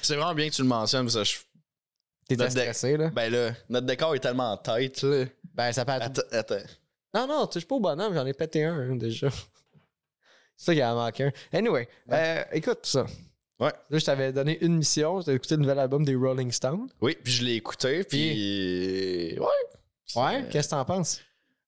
[SPEAKER 2] C'est vraiment bien que tu le mentionnes. parce que je-
[SPEAKER 3] T'es
[SPEAKER 2] Notre
[SPEAKER 3] stressé, là?
[SPEAKER 2] Ben là, notre décor est tellement en tête, là.
[SPEAKER 3] Ben, ça peut être
[SPEAKER 2] Attends, attends.
[SPEAKER 3] Non, non, touche pas au bonhomme, j'en ai pété un hein, déjà. C'est ça qu'il en manque un. Anyway, euh, écoute ça.
[SPEAKER 2] Ouais.
[SPEAKER 3] Là, je t'avais donné une mission, t'as écouté le nouvel album des Rolling Stones.
[SPEAKER 2] Oui, puis je l'ai écouté, puis... Ouais. euh,
[SPEAKER 3] Ouais. Qu'est-ce que t'en penses?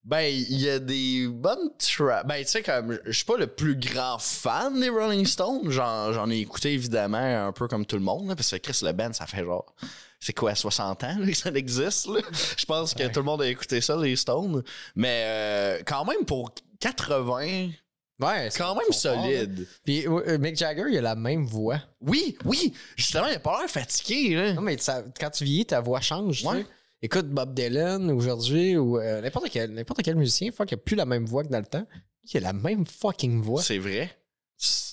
[SPEAKER 2] Ben, il y a des bonnes tracks. Ben, tu sais, comme, je suis pas le plus grand fan des Rolling Stones. J'en, j'en ai écouté, évidemment, un peu comme tout le monde, là, parce que Chris Le Band, ça fait genre, c'est quoi, 60 ans là, que ça existe, là? Je pense que tout le monde a écouté ça, les Stones. Mais euh, quand même, pour 80,
[SPEAKER 3] Ouais,
[SPEAKER 2] quand même solide.
[SPEAKER 3] Puis euh, Mick Jagger, il a la même voix.
[SPEAKER 2] oui, oui, justement, il a pas l'air fatigué, là.
[SPEAKER 3] Non, mais ça- quand tu vieillis, ta voix change. tu
[SPEAKER 2] Ouais.
[SPEAKER 3] sais. Écoute Bob Dylan aujourd'hui ou euh, n'importe quel, n'importe quel musicien, fuck, il a plus la même voix que dans le temps. Il a la même fucking voix.
[SPEAKER 2] C'est vrai. C'est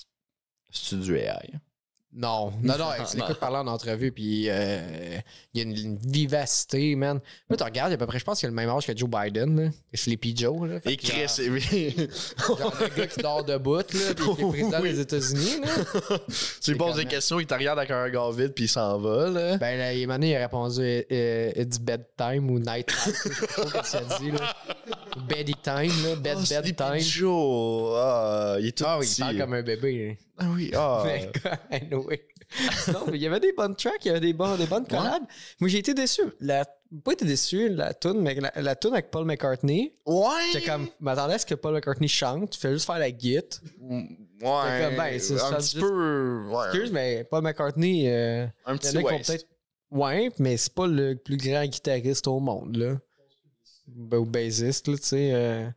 [SPEAKER 2] c'est du AI. hein?
[SPEAKER 3] Non, non, non,
[SPEAKER 2] Non,
[SPEAKER 3] tu
[SPEAKER 2] non.
[SPEAKER 3] l'écoutes parler en entrevue, puis euh, il y a une, une vivacité, man. Moi, tu regardes, à peu près, je pense qu'il a le même âge que Joe Biden, là. Et Sleepy Joe, là. Fait
[SPEAKER 2] Et
[SPEAKER 3] que genre-
[SPEAKER 2] Chris, oui.
[SPEAKER 3] genre le gars qui dort debout, là, puis qui est président
[SPEAKER 2] Oui.
[SPEAKER 3] des États-Unis, là.
[SPEAKER 2] tu lui poses
[SPEAKER 3] quand
[SPEAKER 2] des
[SPEAKER 3] même-
[SPEAKER 2] questions, il te regarde avec un regard vide, puis il s'en va, là.
[SPEAKER 3] Ben, là, il, m'a dit, il a répondu euh, It's bedtime ou night time. Je sais pas ce que ça dit, là. Beddy time, là. Bed,
[SPEAKER 2] Oh,
[SPEAKER 3] bed
[SPEAKER 2] Sleepy
[SPEAKER 3] time.
[SPEAKER 2] Joe. Ah, il est tout
[SPEAKER 3] Ah oui,
[SPEAKER 2] petit.
[SPEAKER 3] il parle comme un bébé, hein. là.
[SPEAKER 2] Ah oui, ah.
[SPEAKER 3] Mais quoi, anyway. Non, mais il y avait des bonnes tracks, il y avait des, bons, des bonnes collabs. Moi, j'ai été déçu. La, pas été déçu, la tune, mais la, la tune avec Paul McCartney.
[SPEAKER 2] Ouais!
[SPEAKER 3] J'étais comme, m'attendais à ce que Paul McCartney chante, tu fais juste faire la guite.
[SPEAKER 2] Ouais.
[SPEAKER 3] comme, ben, c'est-
[SPEAKER 2] un
[SPEAKER 3] ça
[SPEAKER 2] petit
[SPEAKER 3] juste-
[SPEAKER 2] peu. Ouais.
[SPEAKER 3] Excuse, mais Paul McCartney, euh,
[SPEAKER 2] un
[SPEAKER 3] il y
[SPEAKER 2] petit
[SPEAKER 3] en a qui vont
[SPEAKER 2] waste.
[SPEAKER 3] peut-être. Ouais, mais c'est pas le plus grand guitariste au monde, là. Ben, ou bassiste, là, tu sais. euh.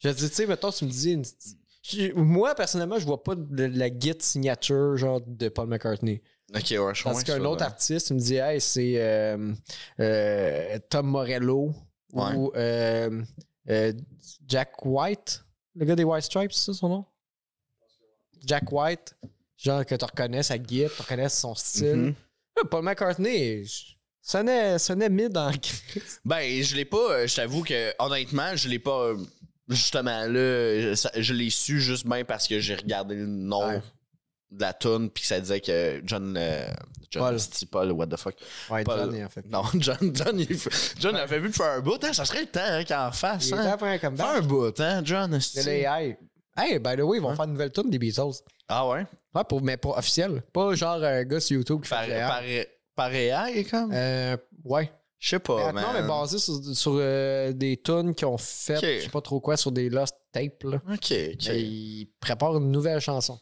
[SPEAKER 3] Je dis, tu sais, mettons, tu me dis. une- je- Moi, personnellement, je vois pas de la guite signature, genre, de Paul McCartney.
[SPEAKER 2] Ok, ouais, je
[SPEAKER 3] Parce
[SPEAKER 2] comprends
[SPEAKER 3] qu'un
[SPEAKER 2] ça,
[SPEAKER 3] autre
[SPEAKER 2] là.
[SPEAKER 3] artiste, il me dit Hey, c'est euh, euh, Tom Morello
[SPEAKER 2] Ouais.
[SPEAKER 3] ou euh, euh, Jack White, le gars des White Stripes, c'est ça son nom Jack White, genre que tu reconnais sa guide, tu reconnais son style.
[SPEAKER 2] Mhm.
[SPEAKER 3] Euh, Paul McCartney, je- sonnait, sonnait mid en
[SPEAKER 2] Ben, je l'ai pas. euh, Je t'avoue que, honnêtement, je l'ai pas. euh, Justement, là, euh, ça- je l'ai su juste bien parce que j'ai regardé le nom
[SPEAKER 3] Ouais.
[SPEAKER 2] de la toune, puis que ça disait que John. euh, John
[SPEAKER 3] Paul.
[SPEAKER 2] Sti- Paul, what the fuck.
[SPEAKER 3] Ouais,
[SPEAKER 2] Paul.
[SPEAKER 3] Johnny, en fait.
[SPEAKER 2] Non, John, John, il, fait- John avait vu de faire un bout, hein, ça serait le temps hein, qu'il en fasse.
[SPEAKER 3] Il était
[SPEAKER 2] Hein.
[SPEAKER 3] après un
[SPEAKER 2] Faire
[SPEAKER 3] comeback.
[SPEAKER 2] un bout, hein, John. esti.
[SPEAKER 3] Il est là, Hey, hey, by the way, ils vont
[SPEAKER 2] Hein?
[SPEAKER 3] faire une nouvelle tune des Beatles.
[SPEAKER 2] Ah ouais?
[SPEAKER 3] Ouais, pour, mais pas officiel. Pas genre un gars sur YouTube qui
[SPEAKER 2] Par,
[SPEAKER 3] fait.
[SPEAKER 2] par, par AI, comme?
[SPEAKER 3] Euh, ouais.
[SPEAKER 2] Je sais pas,
[SPEAKER 3] Mais maintenant,
[SPEAKER 2] man.
[SPEAKER 3] mais basé sur, sur, euh, des tunes qu'ils ont fait,
[SPEAKER 2] Ok.
[SPEAKER 3] je sais pas trop quoi, sur des Lost Tapes. Là.
[SPEAKER 2] Ok, ok.
[SPEAKER 3] Mais ils préparent une nouvelle chanson.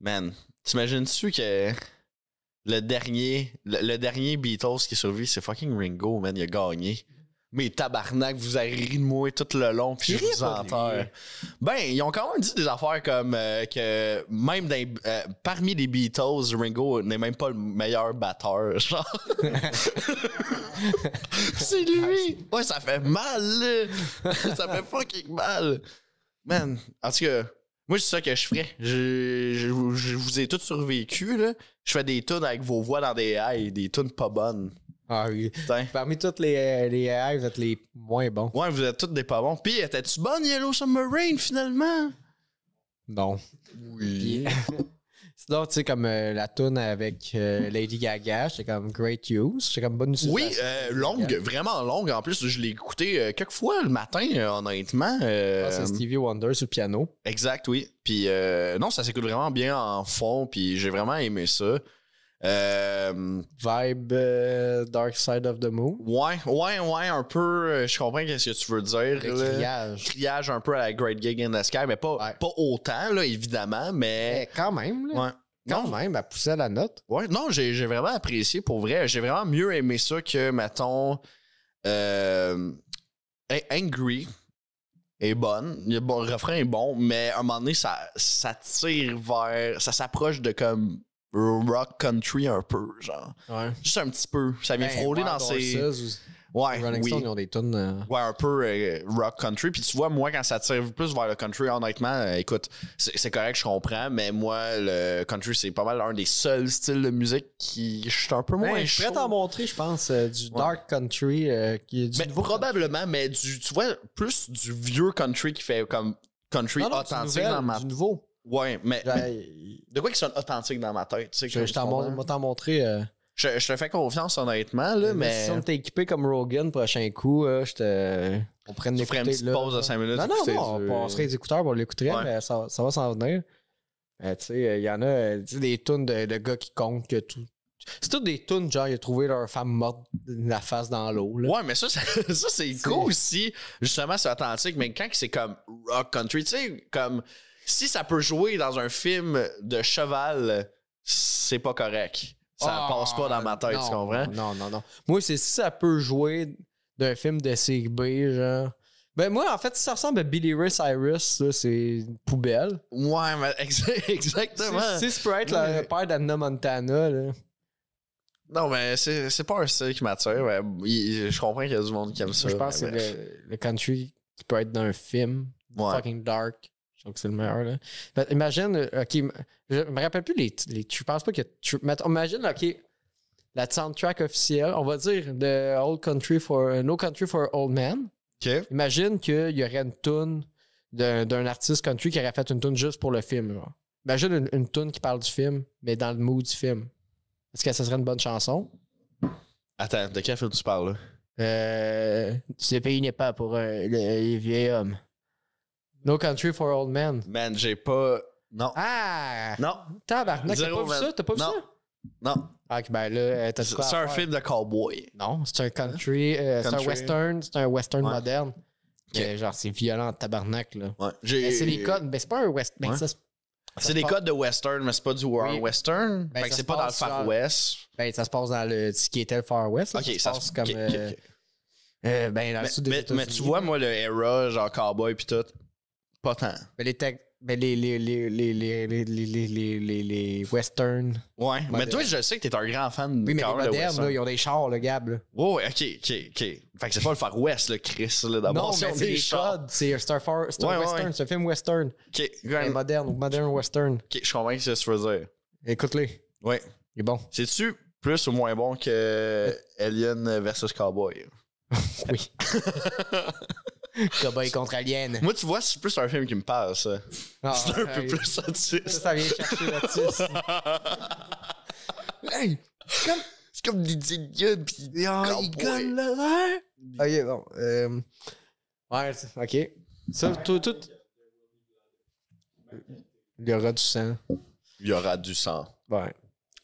[SPEAKER 2] Man, t'imagines-tu que le dernier, le, le dernier Beatles qui survit, c'est fucking Ringo, man, il a gagné. Mais tabarnak, vous avez ri de moi tout le long, puis
[SPEAKER 3] Tu
[SPEAKER 2] je
[SPEAKER 3] riais
[SPEAKER 2] vous
[SPEAKER 3] pas de
[SPEAKER 2] enterre. Ben, ils ont quand même dit des affaires comme euh, que même dans les- euh, parmi les Beatles, Ringo n'est même pas le meilleur batteur, genre. c'est lui! Ouais, ça fait mal, là. Ça fait fucking mal. Man, en tout cas, moi, c'est ça que je ferais. Je, je- je vous ai tous survécu, là. Je fais des tunes avec vos voix dans des haies, des tunes pas bonnes.
[SPEAKER 3] Ah oui.
[SPEAKER 2] Putain.
[SPEAKER 3] Parmi toutes les, euh, les AI, vous êtes les moins bons.
[SPEAKER 2] Ouais, vous êtes toutes des pas bons. Puis, étais-tu bonne, Yellow Submarine, finalement?
[SPEAKER 3] Non.
[SPEAKER 2] Oui.
[SPEAKER 3] Sinon, tu sais, comme euh, la toune avec euh, Lady Gaga, j'étais comme Great Use. J'étais comme bonne utilisation.
[SPEAKER 2] Oui, euh, longue, vraiment longue. En plus, je l'ai écouté euh, quelques fois le matin, euh, honnêtement.
[SPEAKER 3] Je
[SPEAKER 2] euh,
[SPEAKER 3] pense que Ah, c'est Stevie Wonder sur le piano.
[SPEAKER 2] Exact, oui. Puis euh, non, ça s'écoute vraiment bien en fond, puis j'ai vraiment aimé ça. Euh,
[SPEAKER 3] Vibe euh, Dark Side of the Moon.
[SPEAKER 2] ouais, ouais, ouais, un peu. euh, Je comprends qu'est-ce que tu veux dire.
[SPEAKER 3] Le
[SPEAKER 2] là.
[SPEAKER 3] criage.
[SPEAKER 2] Criage un peu à la Great Gig in the Sky, mais pas,
[SPEAKER 3] Ouais.
[SPEAKER 2] pas autant, là, évidemment, mais.
[SPEAKER 3] Eh, quand même, là.
[SPEAKER 2] Ouais.
[SPEAKER 3] Quand
[SPEAKER 2] Non,
[SPEAKER 3] même, elle poussait la note.
[SPEAKER 2] ouais, non j'ai j'ai vraiment apprécié pour vrai. J'ai vraiment mieux aimé ça que, mettons, euh, A- Angry est bonne. Le, bon, le refrain est bon, mais à un moment donné, ça, ça tire vers. Ça s'approche de comme rock country un peu, genre.
[SPEAKER 3] Ouais.
[SPEAKER 2] Juste un petit peu. Ça
[SPEAKER 3] Ben,
[SPEAKER 2] vient frôler dans ses. Ouais,
[SPEAKER 3] Rolling
[SPEAKER 2] oui.
[SPEAKER 3] Stones, ils ont des tunes. euh,
[SPEAKER 2] Ouais, un peu euh, rock country. Puis tu vois, moi, quand ça tire plus vers le country, honnêtement, euh, écoute, c'est c'est correct, je comprends, mais moi, le country, c'est pas mal un des seuls styles de musique qui. Je suis un peu moins.
[SPEAKER 3] Ben, je pourrais
[SPEAKER 2] chaud.
[SPEAKER 3] t'en montrer, je pense, euh, du
[SPEAKER 2] Ouais.
[SPEAKER 3] Dark Country. euh, qui est du
[SPEAKER 2] Mais
[SPEAKER 3] nouveau
[SPEAKER 2] probablement, mais du, tu vois, plus du vieux country qui fait comme country
[SPEAKER 3] Non, non, du
[SPEAKER 2] authentique
[SPEAKER 3] nouvel,
[SPEAKER 2] dans ma
[SPEAKER 3] du nouveau.
[SPEAKER 2] Ouais, mais, mais
[SPEAKER 3] Je,
[SPEAKER 2] de quoi qui sonne authentique dans ma tête, tu sais,
[SPEAKER 3] je,
[SPEAKER 2] comme
[SPEAKER 3] t'en
[SPEAKER 2] tu
[SPEAKER 3] mon-
[SPEAKER 2] comprends?
[SPEAKER 3] moi t'en montrer. euh,
[SPEAKER 2] Je, je te fais confiance, honnêtement, là, mais.
[SPEAKER 3] Si on était équipé comme Rogan, prochain coup, euh, je te... on prenne
[SPEAKER 2] Tu ferais une
[SPEAKER 3] l'écouter,
[SPEAKER 2] petite
[SPEAKER 3] là.
[SPEAKER 2] pause de 5 minutes.
[SPEAKER 3] Non, non,
[SPEAKER 2] écouter
[SPEAKER 3] non,
[SPEAKER 2] du-
[SPEAKER 3] on- on serait les écouteurs, on l'écouterait,
[SPEAKER 2] Ouais.
[SPEAKER 3] mais ça, ça va s'en venir. Euh, tu sais, il y en a euh, tu sais, des tunes de, de gars qui comptent que tout. C'est toutes des tunes, genre, ils ont trouvé leur femme morte la face dans l'eau. là.
[SPEAKER 2] Ouais, mais ça, ça, ça, c'est cool aussi. Justement, c'est authentique, mais quand c'est comme rock country, tu sais, comme si ça peut jouer dans un film de cheval, c'est pas correct. Ça
[SPEAKER 3] Ah,
[SPEAKER 2] passe pas dans ma tête,
[SPEAKER 3] non,
[SPEAKER 2] tu comprends?
[SPEAKER 3] Non, non, non. Moi, c'est si ça peut jouer d'un film de série B, genre. Ben, moi, en fait, si ça ressemble à Billy Ray Cyrus, là, c'est une poubelle.
[SPEAKER 2] Ouais, mais ex-
[SPEAKER 3] Si
[SPEAKER 2] exactement.
[SPEAKER 3] si Sprite, le
[SPEAKER 2] Ouais.
[SPEAKER 3] père d'Anna Montana, là.
[SPEAKER 2] Non, mais c'est c'est pas un style qui m'attire. mais il- Je comprends qu'il y a du monde qui aime ça.
[SPEAKER 3] je pense que
[SPEAKER 2] mais
[SPEAKER 3] c'est
[SPEAKER 2] bref.
[SPEAKER 3] le, le country qui peut être dans un film.
[SPEAKER 2] Ouais.
[SPEAKER 3] Fucking dark. Je trouve que c'est le meilleur, là. Fait, imagine, euh, OK, m- je me rappelle plus les... les je pense pas que... je- mettons, imagine, OK, la soundtrack officielle, on va dire de Old Country for... No Country for Old Man.
[SPEAKER 2] Ok.
[SPEAKER 3] Imagine qu'il y aurait une toune d'un d'un artiste country qui aurait fait une toune juste pour le film. genre. Imagine une, une toune qui parle du film, mais dans le mood du film. Est-ce que ça serait une bonne chanson?
[SPEAKER 2] Attends, de quel film tu parles là?
[SPEAKER 3] Euh, ce pays n'est pas pour euh, le- les vieil homme. No Country for Old Men.
[SPEAKER 2] Man, j'ai pas. Non.
[SPEAKER 3] Ah!
[SPEAKER 2] Non.
[SPEAKER 3] Tabarnak, t'as pas
[SPEAKER 2] Zéro
[SPEAKER 3] vu
[SPEAKER 2] man.
[SPEAKER 3] ça? T'as pas vu
[SPEAKER 2] Non.
[SPEAKER 3] ça?
[SPEAKER 2] Non.
[SPEAKER 3] Ah, ok, ben là, euh, t'as
[SPEAKER 2] C'est
[SPEAKER 3] du quoi à
[SPEAKER 2] c'est un
[SPEAKER 3] faire.
[SPEAKER 2] film de cowboy.
[SPEAKER 3] Non, c'est un country, euh, c'est un
[SPEAKER 2] Country.
[SPEAKER 3] western, c'est un western
[SPEAKER 2] Ouais.
[SPEAKER 3] moderne. Mais genre, c'est violent, tabarnak, là.
[SPEAKER 2] Ouais. j'ai-
[SPEAKER 3] Mais Ben, c'est les codes, mais c'est pas un west. Ben,
[SPEAKER 2] Ouais.
[SPEAKER 3] ça, c'est-
[SPEAKER 2] C'est des
[SPEAKER 3] part-
[SPEAKER 2] codes de western, mais c'est pas du war
[SPEAKER 3] Oui.
[SPEAKER 2] western.
[SPEAKER 3] Ben,
[SPEAKER 2] fait que
[SPEAKER 3] ça
[SPEAKER 2] c'est
[SPEAKER 3] se
[SPEAKER 2] pas dans le
[SPEAKER 3] passe
[SPEAKER 2] Far
[SPEAKER 3] genre-
[SPEAKER 2] West.
[SPEAKER 3] ben, ça se passe dans le, ce qui était le Far West. là.
[SPEAKER 2] Ok,
[SPEAKER 3] ça
[SPEAKER 2] ça
[SPEAKER 3] se passe
[SPEAKER 2] se-
[SPEAKER 3] comme.
[SPEAKER 2] ok, ok,
[SPEAKER 3] euh,
[SPEAKER 2] ok.
[SPEAKER 3] euh, ben, dans le
[SPEAKER 2] Mais,
[SPEAKER 3] sud des
[SPEAKER 2] mais- mais
[SPEAKER 3] États-Unis.
[SPEAKER 2] tu vois, moi, le era, genre cowboy pis tout, pas tant.
[SPEAKER 3] Ben, les, tech- ben, les, les, les, les, les, les, les, les, les, les, les westerns.
[SPEAKER 2] Ouais. Mais
[SPEAKER 3] Moderne.
[SPEAKER 2] toi, je sais que t'es un grand fan
[SPEAKER 3] ben Oui, mais
[SPEAKER 2] quand
[SPEAKER 3] les
[SPEAKER 2] même de
[SPEAKER 3] modernes,
[SPEAKER 2] western.
[SPEAKER 3] là, ils ont des chars, le Gab. Là.
[SPEAKER 2] Ouais, ouais, ok, ok, ok. Fait que c'est pas le Far West, le Chris, là, d'abord. Si on est short.
[SPEAKER 3] C'est c'est un, far- c'est un
[SPEAKER 2] Ouais, ouais,
[SPEAKER 3] western,
[SPEAKER 2] ouais.
[SPEAKER 3] c'est un film western.
[SPEAKER 2] Ok,
[SPEAKER 3] Un
[SPEAKER 2] grand-
[SPEAKER 3] moderne, modern western.
[SPEAKER 2] ok, je comprends que c'est ce que tu veux dire.
[SPEAKER 3] Écoute-les,
[SPEAKER 2] Ouais.
[SPEAKER 3] il est bon.
[SPEAKER 2] C'est-tu plus ou moins bon que Alien versus Cowboy?
[SPEAKER 3] Oui. Cowboy contre Alien.
[SPEAKER 2] Moi, tu vois, c'est plus un film qui me parle, ça.
[SPEAKER 3] Ah,
[SPEAKER 2] C'est un peu
[SPEAKER 3] hey,
[SPEAKER 2] plus
[SPEAKER 3] Ça,
[SPEAKER 2] autiste.
[SPEAKER 3] ça vient chercher l'autiste. hey,
[SPEAKER 2] C'est comme des idiots pis des cowboys.
[SPEAKER 3] là. Oh, Ok, bon. euh, Ouais, c'est- ok. Ça, tout, tout. Il y aura du sang.
[SPEAKER 2] Il y aura du sang.
[SPEAKER 3] Ouais.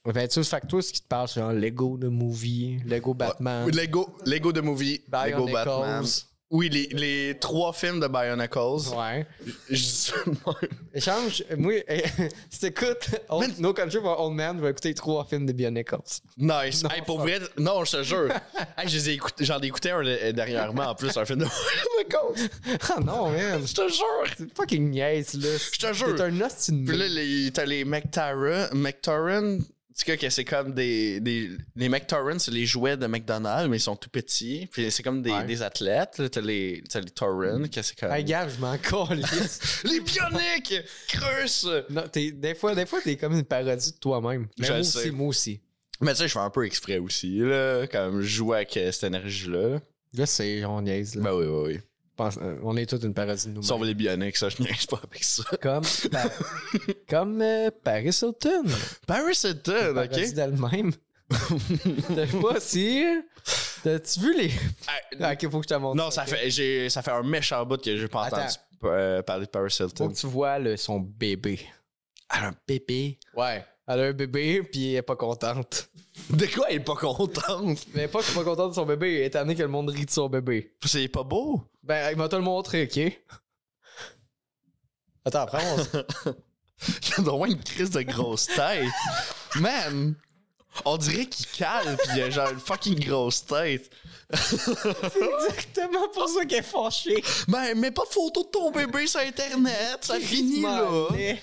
[SPEAKER 3] Ben, tu sais, fait que toi, ce qui te parle, c'est genre Lego de movie, Lego Batman.
[SPEAKER 2] Ouais. Lego, Lego de movie, Lego
[SPEAKER 3] Bionicles.
[SPEAKER 2] Batman. Oui, les, les trois films de Bionicles.
[SPEAKER 3] Ouais.
[SPEAKER 2] Je dis ça de même.
[SPEAKER 3] Échange, moi, eh, si t'écoutes Old- No Country for Old Man, je vais écouter trois films de Bionicles.
[SPEAKER 2] Nice. Hey, pour vrai, non, je te jure. Hey, je les ai écoutés- J'en ai écouté un euh, dernièrement en plus, un film de Bionicles.
[SPEAKER 3] Ah non, man.
[SPEAKER 2] Je te jure.
[SPEAKER 3] C'est fucking niaise, là.
[SPEAKER 2] Je te jure.
[SPEAKER 3] T'es un hostie de
[SPEAKER 2] Puis là,
[SPEAKER 3] merde.
[SPEAKER 2] les- t'as les McTarren. McTarren. Tu sais que c'est comme des, des. Les McTarren, c'est les jouets de McDonald's, mais ils sont tout petits. Puis c'est comme des,
[SPEAKER 3] Ouais.
[SPEAKER 2] des athlètes. là. T'as les, t'as les Torren, que c'est comme.
[SPEAKER 3] Hey, Gab, je m'en calisse.
[SPEAKER 2] les bioniques! Creuse!
[SPEAKER 3] Non, t'es- des fois, des fois, t'es comme une parodie de toi-même. Mais
[SPEAKER 2] Je
[SPEAKER 3] moi
[SPEAKER 2] le
[SPEAKER 3] aussi,
[SPEAKER 2] sais.
[SPEAKER 3] moi aussi.
[SPEAKER 2] Mais tu sais, je fais un peu exprès aussi, là, quand même, je joue avec euh, cette énergie-là.
[SPEAKER 3] Là, c'est, on niaise, là.
[SPEAKER 2] Ben oui, oui, oui.
[SPEAKER 3] pense- euh, on est toute une parodie de nous-mêmes.
[SPEAKER 2] Sauf les bionics, ça, je niaise pas avec ça.
[SPEAKER 3] Comme, Pa- comme euh, Paris Hilton.
[SPEAKER 2] Paris Hilton,
[SPEAKER 3] Parodie
[SPEAKER 2] ok?
[SPEAKER 3] d'elle-même. Je sais pas si. T'as-tu vu les.
[SPEAKER 2] Ah,
[SPEAKER 3] Ok, faut que je te montre.
[SPEAKER 2] non, ça
[SPEAKER 3] ok?
[SPEAKER 2] fait, j'ai- ça fait un méchant bout que j'ai pas
[SPEAKER 3] Attends.
[SPEAKER 2] entendu euh, parler de Paris
[SPEAKER 3] Faut
[SPEAKER 2] Hilton.
[SPEAKER 3] que tu vois le, son bébé.
[SPEAKER 2] Elle a un bébé.
[SPEAKER 3] Ouais. Elle a un bébé, puis elle est pas contente.
[SPEAKER 2] De quoi elle est pas contente?
[SPEAKER 3] Mais pas qu'elle est pas contente de son bébé, étant donné que le monde rit de son bébé.
[SPEAKER 2] C'est pas beau.
[SPEAKER 3] Ben, il m'a te le montré, ok? Attends, après, on s-
[SPEAKER 2] Il a au moins une crise de grosse tête. Man! On dirait qu'il cale pis il a genre une fucking grosse tête.
[SPEAKER 3] C'est exactement pour ça qu'elle est fâchée.
[SPEAKER 2] Mais Ben, mets pas de photo de ton bébé sur internet, ça finit là.
[SPEAKER 3] Mais,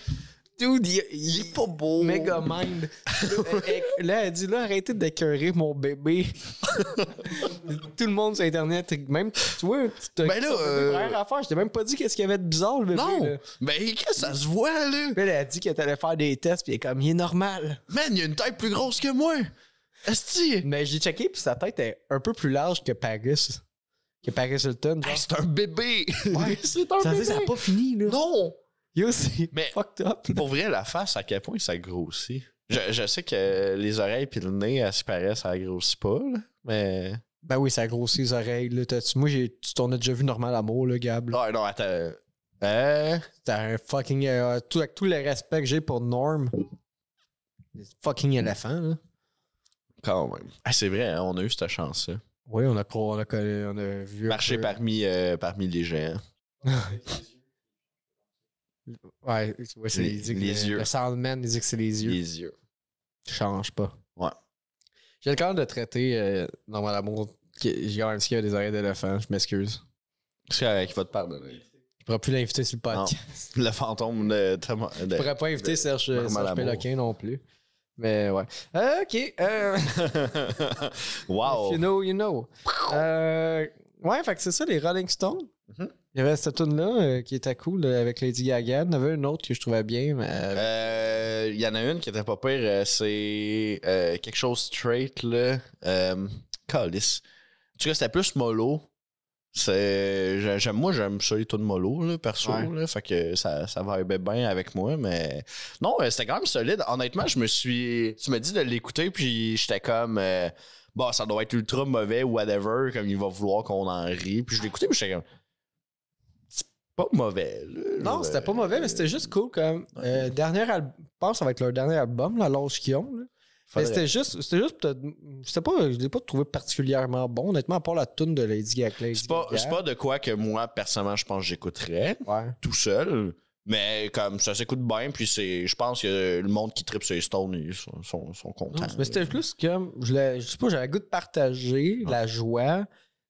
[SPEAKER 3] Dude, il, il-
[SPEAKER 2] Il est pas beau.
[SPEAKER 3] Mega mind. Là, elle- elle- là, elle dit là, arrêtez d'écœurer mon bébé. Tout le monde sur Internet, même tu vois, tu t'as
[SPEAKER 2] Ben là,
[SPEAKER 3] son bébé,
[SPEAKER 2] euh,
[SPEAKER 3] première affaire, je t'ai même pas dit qu'est-ce qu'il y avait de bizarre le bébé.
[SPEAKER 2] Non!
[SPEAKER 3] là.
[SPEAKER 2] Ben qu'est-ce que ça se voit là?
[SPEAKER 3] Puis elle elle a dit qu'elle allait faire des tests, puis elle est comme, il est normal.
[SPEAKER 2] Man, il a une tête plus grosse que moi! Esti!
[SPEAKER 3] Mais j'ai checké, puis sa tête est un peu plus large que Paris. Que Paris Hilton. genre.
[SPEAKER 2] Hey, c'est un bébé! Ah, c'est un
[SPEAKER 3] Ça veut dire
[SPEAKER 2] bébé!
[SPEAKER 3] que ça a pas fini, là.
[SPEAKER 2] Non!
[SPEAKER 3] Yo, c'est
[SPEAKER 2] Mais-
[SPEAKER 3] fucked up.
[SPEAKER 2] Pour vrai, la face, à quel point ça grossit? Je, je sais que les oreilles pis le nez, à ce qui paraît, ça grossit pas, là, mais...
[SPEAKER 3] Ben oui, ça grossit les oreilles, là. T'as-tu- Moi, j'ai- tu t'en as déjà vu normal amour, là, Gab. là.
[SPEAKER 2] Ah non, attends. Hein?
[SPEAKER 3] T'as un fucking. euh, tout, avec tout le respect que j'ai pour Norm. Fucking éléphant, là.
[SPEAKER 2] Quand même. Ah, c'est vrai, hein, on a eu cette chance-là.
[SPEAKER 3] Oui, on a, cro- on a, connu- on a vu. un
[SPEAKER 2] Marcher
[SPEAKER 3] peu-
[SPEAKER 2] parmi, euh, parmi les géants.
[SPEAKER 3] Ouais, ouais, c'est
[SPEAKER 2] Les-
[SPEAKER 3] il dit que
[SPEAKER 2] les
[SPEAKER 3] le-
[SPEAKER 2] yeux.
[SPEAKER 3] Le Soundman, il dit que c'est les yeux.
[SPEAKER 2] Les yeux.
[SPEAKER 3] change pas.
[SPEAKER 2] Ouais.
[SPEAKER 3] J'ai le cœur de traiter euh, Normal Amour qui- Gérard Hemsky a des oreilles d'éléphant, je m'excuse.
[SPEAKER 2] C'est correct, il va te pardonner.
[SPEAKER 3] Je pourrais plus l'inviter sur le podcast.
[SPEAKER 2] Le fantôme de Thomas. de-
[SPEAKER 3] Je pourrais pas inviter Serge, euh,
[SPEAKER 2] Normal
[SPEAKER 3] Serge
[SPEAKER 2] Amour.
[SPEAKER 3] Péloquin non plus. Mais ouais. Euh, ok. Euh,
[SPEAKER 2] wow!
[SPEAKER 3] If you know, you know. Euh, ouais, fait que c'est ça, les Rolling Stones.
[SPEAKER 2] Mhm.
[SPEAKER 3] Il y avait cette tune-là euh, qui était cool euh, avec Lady Gaga. Il y en avait une autre que je trouvais bien. mais, euh,
[SPEAKER 2] Euh, Il y en a une qui était pas pire, euh, c'est euh, quelque chose straight, là. Euh, Calice. Tu vois, c'était plus mollo. C'est, j'a- j'aime, moi, j'aime ça, les tunes mollo, là, perso.
[SPEAKER 3] Ouais.
[SPEAKER 2] Là, fait que ça, ça vibait bien avec moi, mais. Non, euh, c'était quand même solide. Honnêtement, je me suis. Tu m'as dit de l'écouter, puis j'étais comme. euh, bah, ça doit être ultra mauvais, whatever, comme il va vouloir qu'on en rie. Puis je l'écoutais, puis j'étais comme. C'est pas mauvais, là.
[SPEAKER 3] Non,
[SPEAKER 2] Genre,
[SPEAKER 3] c'était pas mauvais, mais c'était juste cool comme euh, dernier album. Je pense que ça va être leur dernier album, là, l'âge qu'ils ont. là. Mais
[SPEAKER 2] faudrait-
[SPEAKER 3] c'était juste, c'était juste, peut-être- c'était pas, je l'ai pas trouvé particulièrement bon, honnêtement, à part la tune de Lady Gaga. Lady
[SPEAKER 2] C'est pas,
[SPEAKER 3] Gaga.
[SPEAKER 2] c'est pas de quoi que moi, personnellement, je pense que j'écouterais
[SPEAKER 3] Ouais.
[SPEAKER 2] tout seul. Mais comme ça s'écoute bien, puis c'est, je pense que le monde qui tripe sur les Stones, ils sont, sont, sont contents.
[SPEAKER 3] Mais c'était plus comme, je, l'ai- je sais pas, j'avais le goût de partager
[SPEAKER 2] Ah.
[SPEAKER 3] la joie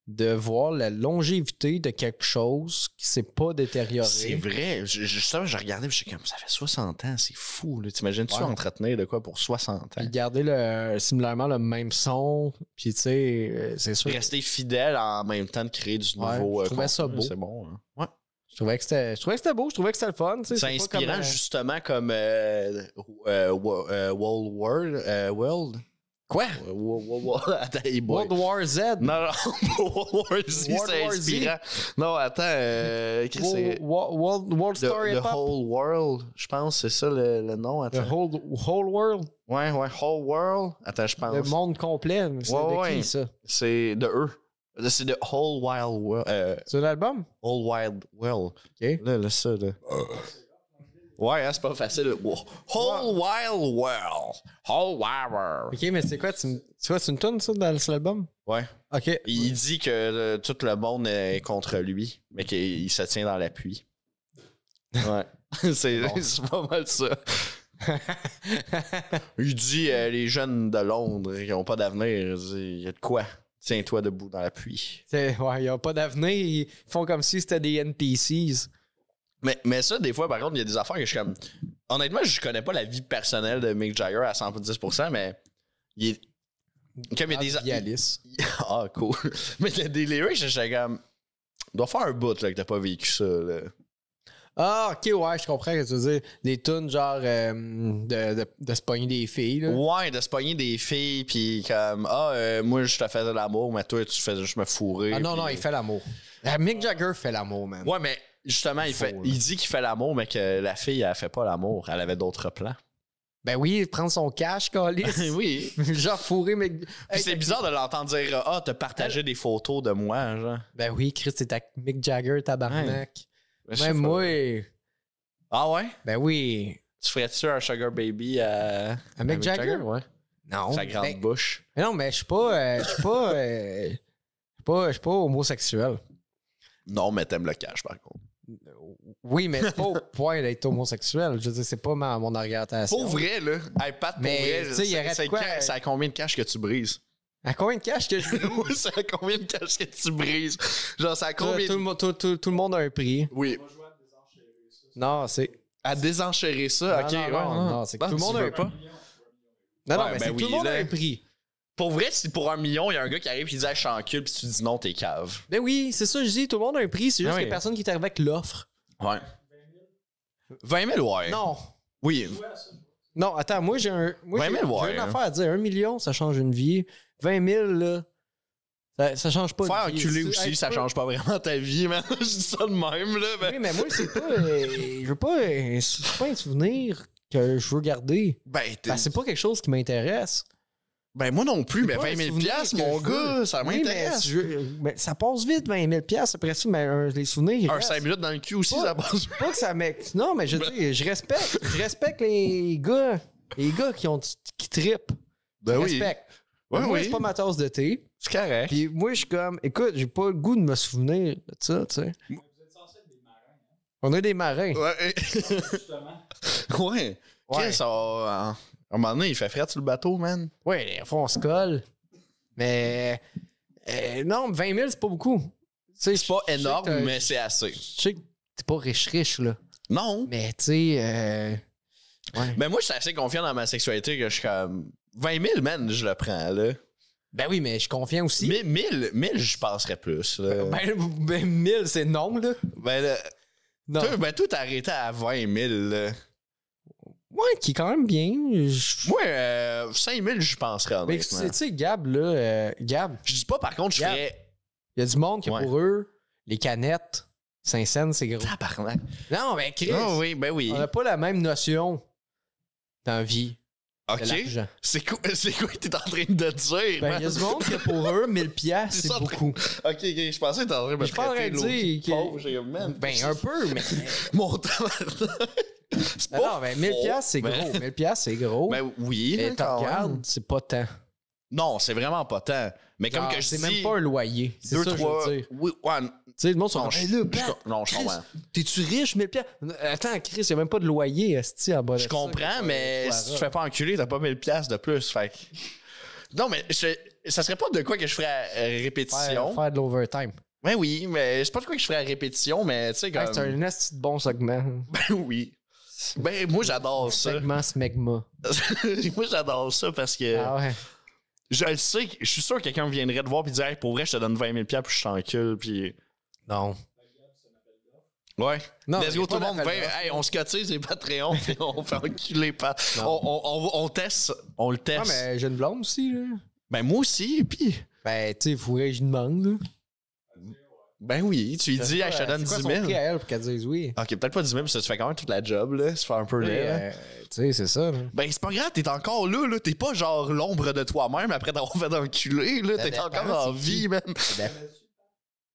[SPEAKER 3] de voir la longévité de quelque chose qui s'est pas détérioré.
[SPEAKER 2] C'est vrai. Je, je, justement, je regardais, puis j'étais comme, ça fait 60 ans, c'est fou. là. T'imagines-tu
[SPEAKER 3] Ouais.
[SPEAKER 2] entretenir de quoi pour 60 ans?
[SPEAKER 3] Puis garder le, similairement le même son, puis tu sais, euh, c'est sûr.
[SPEAKER 2] Rester fidèle en même temps de créer du
[SPEAKER 3] Ouais,
[SPEAKER 2] nouveau. euh,
[SPEAKER 3] je trouvais ça
[SPEAKER 2] contenu,
[SPEAKER 3] beau.
[SPEAKER 2] C'est bon. hein. Ouais.
[SPEAKER 3] Je trouvais que c'était, je trouvais que c'était beau, je trouvais que c'était le fun. tu sais,
[SPEAKER 2] C'est
[SPEAKER 3] pas comme,
[SPEAKER 2] inspirant,
[SPEAKER 3] euh,
[SPEAKER 2] justement, comme euh, euh, Wo- euh, World World. euh, World.
[SPEAKER 3] Quoi?
[SPEAKER 2] Wo- wo- wo- wo- Attends, hey, boy.
[SPEAKER 3] World War Z.
[SPEAKER 2] Non, non, World War Z,
[SPEAKER 3] World
[SPEAKER 2] c'est
[SPEAKER 3] War Z.
[SPEAKER 2] inspirant. Non, attends, euh, qu'est-ce que
[SPEAKER 3] Wo-
[SPEAKER 2] c'est
[SPEAKER 3] wo- World, World
[SPEAKER 2] The,
[SPEAKER 3] Story
[SPEAKER 2] The
[SPEAKER 3] Hip Hop.
[SPEAKER 2] Whole World, je pense, c'est ça le, le nom.
[SPEAKER 3] The
[SPEAKER 2] Attends.
[SPEAKER 3] whole, whole world.
[SPEAKER 2] Ouais, ouais, Whole World. Attends, je
[SPEAKER 3] Le
[SPEAKER 2] pense.
[SPEAKER 3] monde complet. mais C'est
[SPEAKER 2] Ah, Ouais,
[SPEAKER 3] de
[SPEAKER 2] ouais.
[SPEAKER 3] qui, ça?
[SPEAKER 2] C'est de eux. C'est de Whole Wild World. Euh,
[SPEAKER 3] C'est un album?
[SPEAKER 2] Whole Wild World.
[SPEAKER 3] OK.
[SPEAKER 2] Là, là, ça, là. Ouais, hein, c'est pas facile. Wo- Whole Wild World. Whole Wild World.
[SPEAKER 3] OK, mais c'est quoi? Tu, me- tu vois, c'est une tonne, ça, dans sur l'album?
[SPEAKER 2] Ouais.
[SPEAKER 3] OK.
[SPEAKER 2] Il dit que euh, tout le monde est contre lui, mais qu'il il se tient dans l'appui. Ouais. c'est c'est pas mal ça. Il dit euh, les jeunes de Londres, ils n'ont pas d'avenir. Il dit, y a de quoi? Tiens-toi debout dans l'appui.
[SPEAKER 3] C'est- ouais, ils n'ont pas d'avenir. Ils font comme si c'était des NPCs.
[SPEAKER 2] Mais, mais ça, des fois, par contre, il y a des affaires que je suis comme. Honnêtement, je connais pas la vie personnelle de Mick Jagger à 110%, mais il est. Comme il y a des.
[SPEAKER 3] Alice.
[SPEAKER 2] Ah, cool. Mais il y a des lyrics, j'étais comme. Doit faire un bout là, que t'as pas vécu ça. Là.
[SPEAKER 3] Ah, OK, ouais, je comprends ce que tu veux dire. Des tunes genre euh, de, de, de se pogner des filles. Là.
[SPEAKER 2] Ouais, de se pogner des filles, puis comme, ah, euh, moi, je te faisais l'amour, mais toi, tu faisais, je me fourrais.
[SPEAKER 3] Ah non,
[SPEAKER 2] puis-
[SPEAKER 3] non, il fait l'amour. Ah, Mick Jagger fait l'amour, man.
[SPEAKER 2] Ouais, mais justement, il,
[SPEAKER 3] Faux,
[SPEAKER 2] fait,
[SPEAKER 3] là.
[SPEAKER 2] il dit qu'il fait l'amour, mais que la fille, elle fait pas l'amour. Elle avait d'autres plans.
[SPEAKER 3] Ben oui, prendre son cash, calice.
[SPEAKER 2] oui.
[SPEAKER 3] Genre fourrer Mick.
[SPEAKER 2] Puis
[SPEAKER 3] Hey,
[SPEAKER 2] c'est bizarre de l'entendre dire Ah, t'as partagé des photos de moi, genre.
[SPEAKER 3] Ben oui, Chris, c'est ta Mick Jagger, tabarnak.
[SPEAKER 2] Ben, Je sais
[SPEAKER 3] Même
[SPEAKER 2] pas.
[SPEAKER 3] moi.
[SPEAKER 2] Ah ouais?
[SPEAKER 3] Ben oui.
[SPEAKER 2] Tu ferais-tu un Sugar Baby à,
[SPEAKER 3] À Mick Jagger?
[SPEAKER 2] Ben, ouais.
[SPEAKER 3] Non.
[SPEAKER 2] Sa grande
[SPEAKER 3] ben-
[SPEAKER 2] bouche.
[SPEAKER 3] mais non, mais je suis pas. euh, je suis pas. euh, je suis pas, je suis pas homosexuel.
[SPEAKER 2] Non, mais t'aimes le cash, par contre.
[SPEAKER 3] Oui, mais pas au point d'être homosexuel. Je veux dire, c'est pas ma, mon argumentation.
[SPEAKER 2] Pour vrai, là. Hey, Pat, pour
[SPEAKER 3] Mais,
[SPEAKER 2] vrai,
[SPEAKER 3] tu sais, il y
[SPEAKER 2] c'est-
[SPEAKER 3] aurait de
[SPEAKER 2] c'est
[SPEAKER 3] quoi,
[SPEAKER 2] quand-
[SPEAKER 3] euh,
[SPEAKER 2] c'est à combien de cash que tu brises?
[SPEAKER 3] À combien de cash que je
[SPEAKER 2] Oui, c'est à combien de cash que tu brises? Genre, c'est à
[SPEAKER 3] tout,
[SPEAKER 2] combien
[SPEAKER 3] tout le
[SPEAKER 2] de...
[SPEAKER 3] mo- tout- tout- tout le monde a un prix.
[SPEAKER 2] Oui.
[SPEAKER 3] Non, c'est.
[SPEAKER 2] À désenchérer ça,
[SPEAKER 3] Non,
[SPEAKER 2] ok.
[SPEAKER 3] non,
[SPEAKER 2] ouais,
[SPEAKER 3] non,
[SPEAKER 2] ouais.
[SPEAKER 3] non, c'est que
[SPEAKER 2] Ah,
[SPEAKER 3] tout le
[SPEAKER 2] tu
[SPEAKER 3] monde a
[SPEAKER 2] veux
[SPEAKER 3] un- Non, non,
[SPEAKER 2] Ouais,
[SPEAKER 3] mais
[SPEAKER 2] ben
[SPEAKER 3] c'est
[SPEAKER 2] oui,
[SPEAKER 3] tout le monde a
[SPEAKER 2] là.
[SPEAKER 3] un prix.
[SPEAKER 2] Pour vrai, si pour un million, il y a un gars qui arrive et dit Hey, Je suis en cul, puis tu dis non, t'es cave.
[SPEAKER 3] Ben oui, c'est ça, je dis, tout le monde a un prix. C'est juste
[SPEAKER 2] Ah
[SPEAKER 3] que
[SPEAKER 2] oui.
[SPEAKER 3] les personnes qui est arrivée avec l'offre.
[SPEAKER 2] Ouais. 20 000, ouais.
[SPEAKER 3] Non.
[SPEAKER 2] Oui.
[SPEAKER 3] Non, attends, moi j'ai un. Moi,
[SPEAKER 2] 20 000,
[SPEAKER 3] j'ai- j'ai
[SPEAKER 2] ouais,
[SPEAKER 3] une
[SPEAKER 2] hein.
[SPEAKER 3] affaire à dire. Un million, ça change une vie. 20 000, là, ça, ça change pas
[SPEAKER 2] Faire
[SPEAKER 3] une vie.
[SPEAKER 2] enculer
[SPEAKER 3] C'est-
[SPEAKER 2] aussi,
[SPEAKER 3] hey,
[SPEAKER 2] ça
[SPEAKER 3] tu
[SPEAKER 2] change pas vraiment ta vie, man. Je dis ça de même, là.
[SPEAKER 3] peux-
[SPEAKER 2] Ben,
[SPEAKER 3] Oui, mais moi, c'est pas. euh, je veux pas. euh, c'est pas un souvenir que je veux garder.
[SPEAKER 2] ben, t'es-
[SPEAKER 3] Parce que c'est pas quelque chose qui m'intéresse.
[SPEAKER 2] ben, moi non plus, mais
[SPEAKER 3] pas
[SPEAKER 2] 20
[SPEAKER 3] un
[SPEAKER 2] 000
[SPEAKER 3] souvenir
[SPEAKER 2] piastres,
[SPEAKER 3] que
[SPEAKER 2] mon
[SPEAKER 3] je veux.
[SPEAKER 2] gars, ça
[SPEAKER 3] Oui,
[SPEAKER 2] m'intéresse.
[SPEAKER 3] mais je- mais ça passe vite, 20 000 piastres. Après ça, mais, euh, les souvenirs. ils
[SPEAKER 2] Un Ben
[SPEAKER 3] restent.
[SPEAKER 2] 5 minutes dans le cul aussi,
[SPEAKER 3] Pas-
[SPEAKER 2] ça passe.
[SPEAKER 3] pas que ça mec Non, mais je dis, je respecte. Je respecte les gars. Les gars qui ont qui tripent.
[SPEAKER 2] Ben oui.
[SPEAKER 3] respecte.
[SPEAKER 2] Ouais,
[SPEAKER 3] moi,
[SPEAKER 2] oui.
[SPEAKER 3] c'est pas ma tasse de thé.
[SPEAKER 2] C'est correct.
[SPEAKER 3] Puis moi, je suis comme, écoute, j'ai pas le goût de me souvenir de ça, tu sais. On est des marins.
[SPEAKER 2] Ouais. ouais.
[SPEAKER 3] Ouais.
[SPEAKER 2] Chris, on- à un moment donné, il fait fret sur le bateau, man.
[SPEAKER 3] Ouais, des fois, on se colle. Mais euh, non, 20 000, c'est pas beaucoup. Tu sais,
[SPEAKER 2] C'est pas
[SPEAKER 3] je sais que
[SPEAKER 2] énorme,
[SPEAKER 3] t'as-
[SPEAKER 2] mais c'est assez.
[SPEAKER 3] Je sais que t'es pas riche-riche, là.
[SPEAKER 2] Non.
[SPEAKER 3] Mais tu sais, euh, ouais.
[SPEAKER 2] Ben moi, je suis assez confiant dans ma sexualité que je suis comme... 20 000, man, je le prends, là.
[SPEAKER 3] Ben oui, mais je suis confiant aussi.
[SPEAKER 2] Mais 1000, 1000 je passerais plus. Là. Ben,
[SPEAKER 3] Ben, ben, 1000, c'est non, là.
[SPEAKER 2] là,
[SPEAKER 3] Non.
[SPEAKER 2] toi, ben, toi, t'as arrêté à 20 000. là.
[SPEAKER 3] Ouais, qui est quand même bien. Je-
[SPEAKER 2] Moi, euh, 5 000, je penserais
[SPEAKER 3] Mais
[SPEAKER 2] honnêtement.
[SPEAKER 3] tu sais, Gab, là, euh, Gab,
[SPEAKER 2] Je dis pas, par contre, je
[SPEAKER 3] Gab.
[SPEAKER 2] ferais...
[SPEAKER 3] il y a du monde qui,
[SPEAKER 2] Ouais.
[SPEAKER 3] pour eux, les canettes, 5 cents, c'est gros.
[SPEAKER 2] Tabarnak.
[SPEAKER 3] Non, mais Chris,
[SPEAKER 2] Ah oui, ben oui.
[SPEAKER 3] on n'a pas la même notion dans la vie de
[SPEAKER 2] OK.
[SPEAKER 3] l'argent.
[SPEAKER 2] C'est quoi, c'est quoi que t'es en train de dire?
[SPEAKER 3] Ben,
[SPEAKER 2] man?
[SPEAKER 3] il y a du monde que pour eux, 1000 piastres,
[SPEAKER 2] C'est
[SPEAKER 3] c'est
[SPEAKER 2] ça, ben.
[SPEAKER 3] beaucoup.
[SPEAKER 2] OK, OK, je pensais que t'étais en train de me
[SPEAKER 3] Je suis pas en train
[SPEAKER 2] traiter
[SPEAKER 3] de
[SPEAKER 2] de l'eau.
[SPEAKER 3] dire que-
[SPEAKER 2] Pauvre, j'ai- man,
[SPEAKER 3] Ben, un peu, mais...
[SPEAKER 2] Mon tabarnak. C'est
[SPEAKER 3] Non, non, ben, 1000
[SPEAKER 2] faux,
[SPEAKER 3] piastres, c'est
[SPEAKER 2] mais-
[SPEAKER 3] gros. 1000 piastres, c'est gros.
[SPEAKER 2] Oh, Ben oui,
[SPEAKER 3] mais
[SPEAKER 2] hein,
[SPEAKER 3] t'en
[SPEAKER 2] quand même.
[SPEAKER 3] regardes, c'est pas tant.
[SPEAKER 2] Non, c'est vraiment pas tant. Mais comme
[SPEAKER 3] Genre,
[SPEAKER 2] que je
[SPEAKER 3] c'est
[SPEAKER 2] dis...
[SPEAKER 3] même pas un loyer. C'est
[SPEAKER 2] deux,
[SPEAKER 3] ça que je
[SPEAKER 2] trois...
[SPEAKER 3] veux dire.
[SPEAKER 2] Oui, ouais,
[SPEAKER 3] Tu sais, le monde sont
[SPEAKER 2] Non,
[SPEAKER 3] comme,
[SPEAKER 2] je-
[SPEAKER 3] Hey, là,
[SPEAKER 2] je-
[SPEAKER 3] Pat,
[SPEAKER 2] non, je
[SPEAKER 3] Chris,
[SPEAKER 2] comprends.
[SPEAKER 3] T'es-tu riche, 1000 piastres? Attends, Chris, il n'y a même pas de loyer, esti, en bas de
[SPEAKER 2] Je
[SPEAKER 3] ça.
[SPEAKER 2] comprends, mais si tu
[SPEAKER 3] Ouais,
[SPEAKER 2] fais pas enculer, t'as pas 1000 piastres de plus. Fait que- Non, mais je- ça serait pas de quoi que je ferais à euh,
[SPEAKER 3] Faire,
[SPEAKER 2] répétition.
[SPEAKER 3] faire de l'overtime.
[SPEAKER 2] Ben oui, mais c'est pas de quoi que je ferais à répétition, mais tu sais,
[SPEAKER 3] Hey,
[SPEAKER 2] comme...
[SPEAKER 3] c'est un esti de bon segment.
[SPEAKER 2] Ben oui. Ben moi, j'adore ça.
[SPEAKER 3] segment smegma.
[SPEAKER 2] moi, j'adore ça parce que
[SPEAKER 3] Ah ouais.
[SPEAKER 2] je le sais, que- je suis sûr que quelqu'un viendrait te voir puis dire hey, pour vrai, je te donne 20 000 piastres puis je t'encule, puis...
[SPEAKER 3] Non.
[SPEAKER 2] Ouais.
[SPEAKER 3] Non,
[SPEAKER 2] Let's
[SPEAKER 3] y a
[SPEAKER 2] go
[SPEAKER 3] pas
[SPEAKER 2] tout le monde.
[SPEAKER 3] d'appel
[SPEAKER 2] Ben,
[SPEAKER 3] d'offres.
[SPEAKER 2] hey, on se cotise les Patreon puis on fait enculer pas. On,
[SPEAKER 3] Non.
[SPEAKER 2] on, on- on teste. On le
[SPEAKER 3] Ah,
[SPEAKER 2] teste.
[SPEAKER 3] mais j'ai une blonde aussi, là.
[SPEAKER 2] Ben moi aussi, puis...
[SPEAKER 3] Ben, tu sais, faudrait que je demande, là.
[SPEAKER 2] Ben oui, tu lui dis, hey, je te donne Ah, 10
[SPEAKER 3] C'est
[SPEAKER 2] 000.
[SPEAKER 3] quoi son prix à elle pour qu'elle dise oui?
[SPEAKER 2] Ok, peut-être pas 10 000, parce que tu fais quand même toute la job, là. Tu fais un peu hein.
[SPEAKER 3] Oui,
[SPEAKER 2] laid, là.
[SPEAKER 3] euh, tu sais, c'est ça, là.
[SPEAKER 2] Ben, c'est pas grave, t'es encore là, là. T'es pas genre l'ombre de toi-même après t'avoir fait enculer, là.
[SPEAKER 3] Ça
[SPEAKER 2] T'es
[SPEAKER 3] dépend,
[SPEAKER 2] encore en
[SPEAKER 3] c'est
[SPEAKER 2] vie, même.
[SPEAKER 3] Ben,